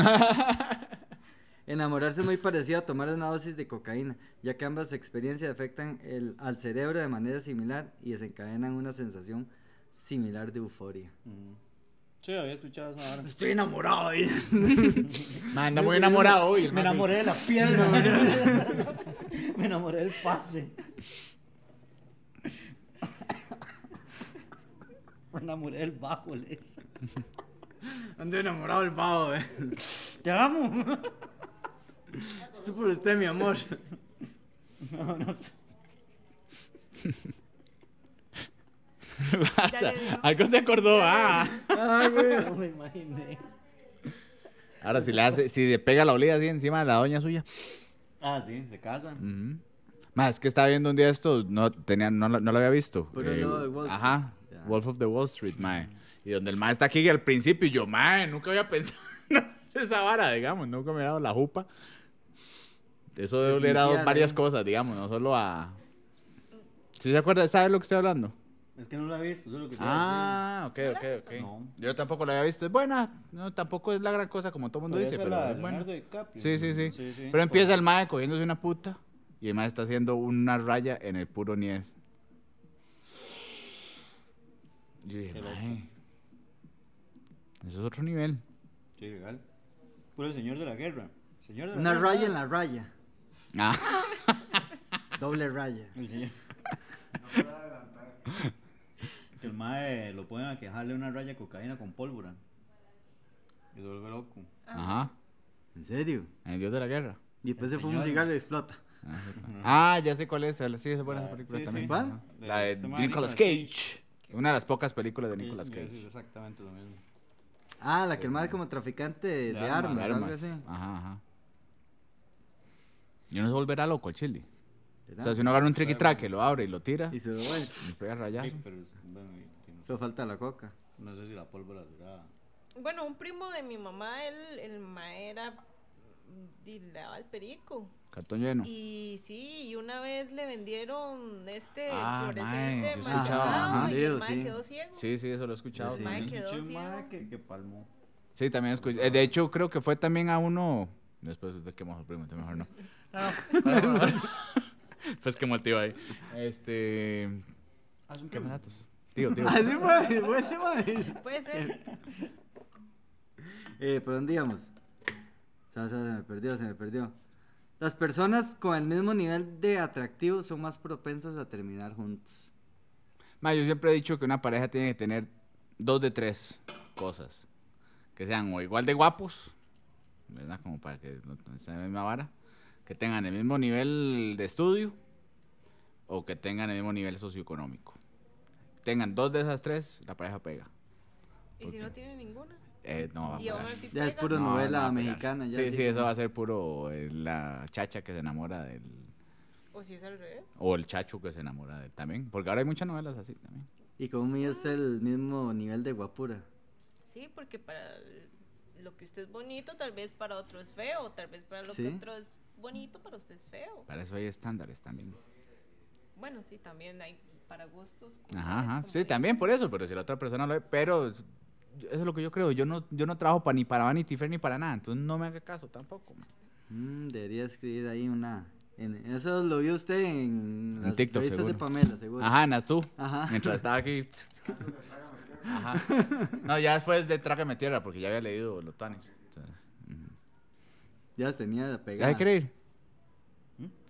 C: No,
D: Enamorarse es muy parecido a tomar una dosis de cocaína, ya que ambas experiencias afectan el- al cerebro de manera similar y desencadenan una sensación similar de euforia.
C: Mm. Sí, había escuchado esa hora.
D: Estoy enamorado. ¿eh?
B: Man, anda muy enamorado hoy. el
C: Me
B: man.
C: enamoré de la pierna. güey. Me enamoré del pase. Me enamoré del bajo, les.
D: Ando enamorado del pavo. ¿eh?
C: Te amo.
D: Esto por usted, mi amor.
C: No, no.
B: ¿Qué pasa?
A: Ya le dio.
B: Algo se acordó, ah.
D: Ay, güey.
C: No me imaginé.
B: Ahora, si le hace, si le pega la olida así encima de la doña suya.
C: Ah, sí, se casan.
B: Ujú. Más, es que estaba viendo un día esto, no, tenía, no, lo- no lo había visto. Eh,
D: Pero el lobo de Wall Street.
B: Ajá,
D: Ya.
B: Wolf of the Wall Street, mae. Y donde el mae está aquí al principio, y yo, mae, nunca había pensado en hacer esa vara, digamos, nunca me había dado la jupa. Eso debe oler a
D: Sniffear,
B: varias
D: eh.
B: cosas, digamos, no solo a... ¿Sí se acuerda? ¿Sabe lo que estoy hablando?
C: Es que no la he visto, eso es lo que te iba a
B: Ah, ok, ok, ok.
C: No.
B: Yo tampoco la había visto. Es buena, no, tampoco es la gran cosa como todo el mundo
C: decir.
B: dice,
C: Esa
B: pero
C: la de
B: es buena.
C: Leonardo DiCaprio.
B: Sí, sí, sí.
C: Sí, sí.
B: Pero empieza el mae cogiéndose una puta y el mae está haciendo una raya en el puro niés. Yo dije,
C: Qué loco.
B: mae. Eso es otro nivel.
C: Sí, legal. Puro el señor de la guerra. Señor de la
D: Una
C: guerra.
D: raya en la raya.
B: Ah,
D: Doble raya.
C: El señor.
E: No puedo adelantar.
C: Que el mae lo pueden a quejarle una raya de cocaína con pólvora. Y se vuelve loco.
B: ajá.
D: ¿En serio?
B: El dios de la guerra.
D: Y después
C: El
D: se fuma un
C: señor.
D: cigarro y explota.
B: Ah, ya sé cuál es. Sí, es buena esa película
C: Sí,
B: también.
C: sí.
B: Ajá. La de
C: Este mae,
B: Nicolas
C: Nicolas
B: Cage. Una de las pocas películas de
C: Y-
B: Nicolas
C: y
B: Cage.
C: es exactamente lo mismo.
D: Ah, la que el mae es como traficante de,
C: De
D: de
C: armas,
D: armas,
B: De
D: algo
B: armas.
D: así.
B: Ajá, ajá. Y uno se volverá loco al chile. O
D: ¿verdad?
B: sea, si uno agarra un tricky track, lo abre y lo tira,
D: Y se lo vuelve.
B: le pega rayazo.
C: Sí, pero es- bueno, y- y no, sé,
D: Solo falta la coca.
C: no sé si la pólvora será.
A: Bueno, un primo de mi mamá, él, el ma era. mm, Y le daba el perico.
B: Cartón lleno.
A: Y sí, y una vez le vendieron este
B: Ah, mae,
A: fluorescente
B: sí he
A: manchado,
B: escuchado, ajá.
A: y el
D: Sí,
A: ma
D: sí.
A: quedó ciego.
B: Sí, sí, eso lo he escuchado.
D: Sí.
B: también.
A: Mike. quedó
C: Pinche
A: ciego.
C: mae que, que palmó.
B: Sí, también escuché. eh, De hecho, creo que fue también a uno. Después de que mejor primo, entonces mejor no. Pues que motivo ahí. Este. ¿Qué más datos? Tío, tío.
D: Así fue, fue ese mae.
A: Puede ser.
D: Eh, ¿Por dónde íbamos? O sea, o sea, se me perdió, se me perdió. Las personas con el mismo nivel de atractivo son más propensas a terminar juntos.
B: Ma, yo siempre he dicho que una pareja tiene que tener dos de tres cosas. Que sean o igual de guapos, ¿verdad? Como para que no no estén en la misma vara. Que tengan el mismo nivel de estudio o que tengan el mismo nivel socioeconómico. Tengan dos de esas tres, la pareja pega.
A: Y si no tiene ninguna.
B: Eh, no va a
A: Y aún
B: pegar.
A: así
D: Ya es
A: pega.
D: puro
B: No, no
D: novela
B: va a pegar.
D: mexicana. Ya
B: sí,
D: así
B: sí, eso
D: como-
B: va a ser puro eh, la chacha que se enamora del...
A: O si es al revés.
B: O el chacho que se enamora del también. Porque ahora hay muchas novelas así también.
D: Y como
B: Ah.
D: mide usted el mismo nivel de guapura.
A: Sí, porque para el- lo que usted es bonito, tal vez para otro es feo. Tal vez para lo
D: Sí.
A: que otro es bonito, para usted es feo.
B: Para eso hay estándares también.
A: Bueno, sí, también hay para gustos. colores,
B: Ajá, ajá.
A: como
B: Sí,
A: dicen.
B: también por eso, pero si la otra persona lo ve, pero es- yo- eso es lo que yo creo. Yo no, yo no trabajo para ni para Vanity Fair ni para nada, entonces no me haga caso tampoco. man.
D: Mm, debería escribir ahí una. en- eso lo vio usted en
B: En
D: las
B: TikTok,
D: revistas de
B: seguro.
D: Pamela, seguro.
B: Ajá, Nas, tú.
D: Ajá.
B: Mientras estaba aquí. Ajá. No, ya después de Trágame Tierra, porque ya había leído los tanes. Entonces, ujú.
D: Ya tenía la
B: ¿Ya
D: pegada.
B: se quiere ir?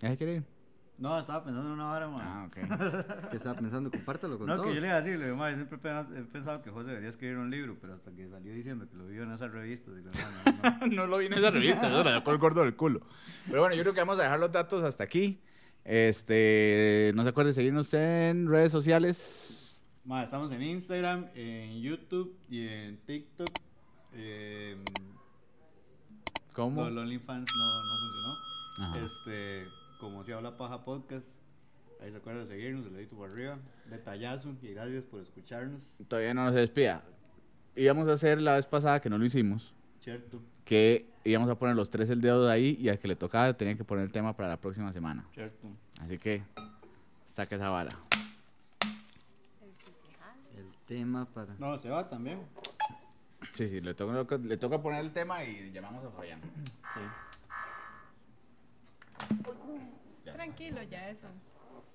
B: ¿Ya se quiere ir?
C: No, estaba pensando en una hora, man.
B: Ah, ok.
D: Que estaba pensando, compártalo con
C: no,
D: todos.
C: que yo le iba a decir, le digo, "Mae, siempre he pens- he pensado que José debería escribir un libro, pero hasta que salió diciendo que lo vio en esas revistas. digo, "No, no, no".
B: no lo vi en esa revista, eso la dejó el gordo del culo. Pero bueno, yo creo que vamos a dejar los datos hasta aquí. Este, no se acuerden de seguirnos en redes sociales.
C: Mae, estamos en Instagram, en YouTube y en TikTok. Eh,
B: ¿Cómo?
C: no, el OnlyFans no, no funcionó.
B: Ajá.
C: Este, como si habla paja podcast. Ahí se acuerdan de seguirnos, el dedito por arriba. Detallazo y gracias por escucharnos.
B: Todavía no nos despida. Íbamos a hacer la vez pasada que no lo hicimos,
C: Cierto,
B: que íbamos a poner los tres el dedo de ahí y al que le tocaba tenía que poner el tema para la próxima semana.
C: cierto.
B: Así que saca esa vara.
D: El tema para.
C: No, se va también.
B: Sí, sí, le toca, le toca poner el tema y llamamos a Fabián. Ya.
A: Tranquilo, ya eso.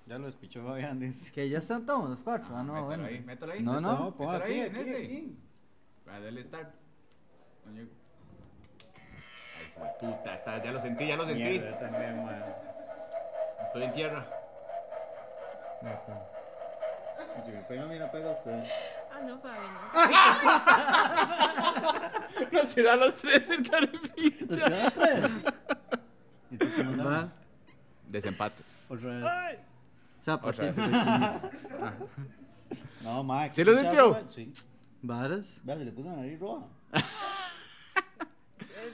C: Ya lo despichó Fabián, dice.
D: Que ya están todos los cuatro. Ah, no,
B: mételo
D: bueno.
B: ahí, mételo ahí.
D: No, no.
C: No, pon
B: Mételo ahí,
C: aquí,
B: en
C: aquí,
B: este.
C: aquí.
B: Para darle start. Coño. Ay, hijo de puta, está- ya lo sentí, ya lo sentí.
C: Mierda, yo también, mae.
B: Estoy en tierra.
C: Si me pega, mira, pega usted.
A: Ah, no, Fabi, no.
B: Nos da los tres el carepincha.
C: Pues ¿Y tú cómo sabes?
D: Va.
B: Desempate.
C: Otra vez.
B: Otra
D: Zapatito,
B: vez.
D: cochino.
C: No, mae.
B: ¿Sí lo
C: qué
B: sintió?
C: chazo, mae. Sí.
D: Varas.
C: Vea, se le puso la nariz roja.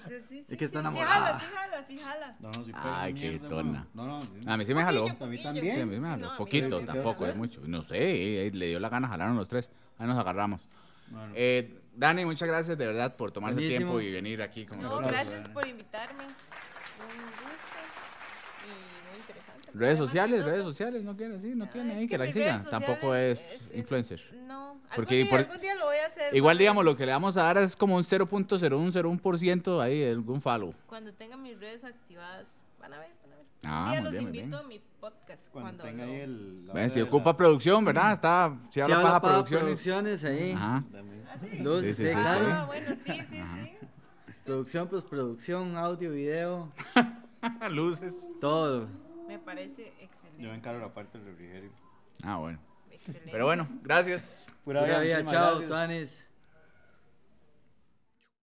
A: Sí, sí, sí,
D: que
A: sí,
D: está enamorada.
A: Sí, jala, sí, jala, sí, jala.
C: No, no, sí pega.
B: Ay, qué
C: mierda,
B: tona. Ah,
C: mae. No, no, sí.
B: A mí sí me jaló.
A: Poquillo,
C: A mí
A: poquillo.
C: también.
B: Sí, a mí me
A: Sí,
B: jaló.
A: no, a mí
B: poquito,
A: también.
B: tampoco, es mucho. No sé, eh, eh, le dio la gana, jalaron los tres. Ahí nos agarramos.
C: Bueno,
B: Eh, Dani, muchas gracias de verdad por tomarse el
D: Buenísimo.
B: tiempo y venir aquí con
A: No,
B: nosotros.
A: gracias por invitarme. Un gusto y muy interesante.
B: Redes
A: Además que
B: sociales,
A: todo-
B: redes sociales, no quiere decir, no
A: Ah,
B: tiene
A: es
B: ahí que la
A: mis
B: sigan.
A: redes
B: Tampoco es
A: sociales es-
B: influencer.
A: No, algún,
B: Porque-
A: día,
B: por-
A: algún día lo voy a hacer.
B: Igual
A: cuando-
B: digamos, lo que le vamos a dar es como un 0.0101% ahí de algún follow.
A: Cuando tenga mis redes activadas, van a ver, van a ver. un día
B: Ah, muy
A: los
B: bien, muy
A: invito
B: bien.
A: a mi podcast.
C: cuando
A: Cuando,
C: tenga
A: lo-
C: ahí el. la
B: Ven,
C: hora
B: si
C: de
B: ocupa
C: las-
B: producción, ¿verdad? Está, si
D: Se
B: habla paja
D: habla para
B: producciones.
D: producciones ahí.
B: Ajá.
C: También.
A: Ah, sí.
D: Luz,
B: Sí,
D: sí,
B: sí, sí,
D: claro.
A: Ah, bueno, sí, sí, sí.
D: Producción, postproducción, audio, video.
B: Luces.
D: Todo.
A: Me parece
C: Yo me
A: excelente.
C: encargo la parte del refrigerio.
B: Ah, bueno.
A: excelente.
B: Pero bueno, gracias.
D: Pura vida,
C: muchísimas
D: chao,
C: gracias.
D: Tuanis.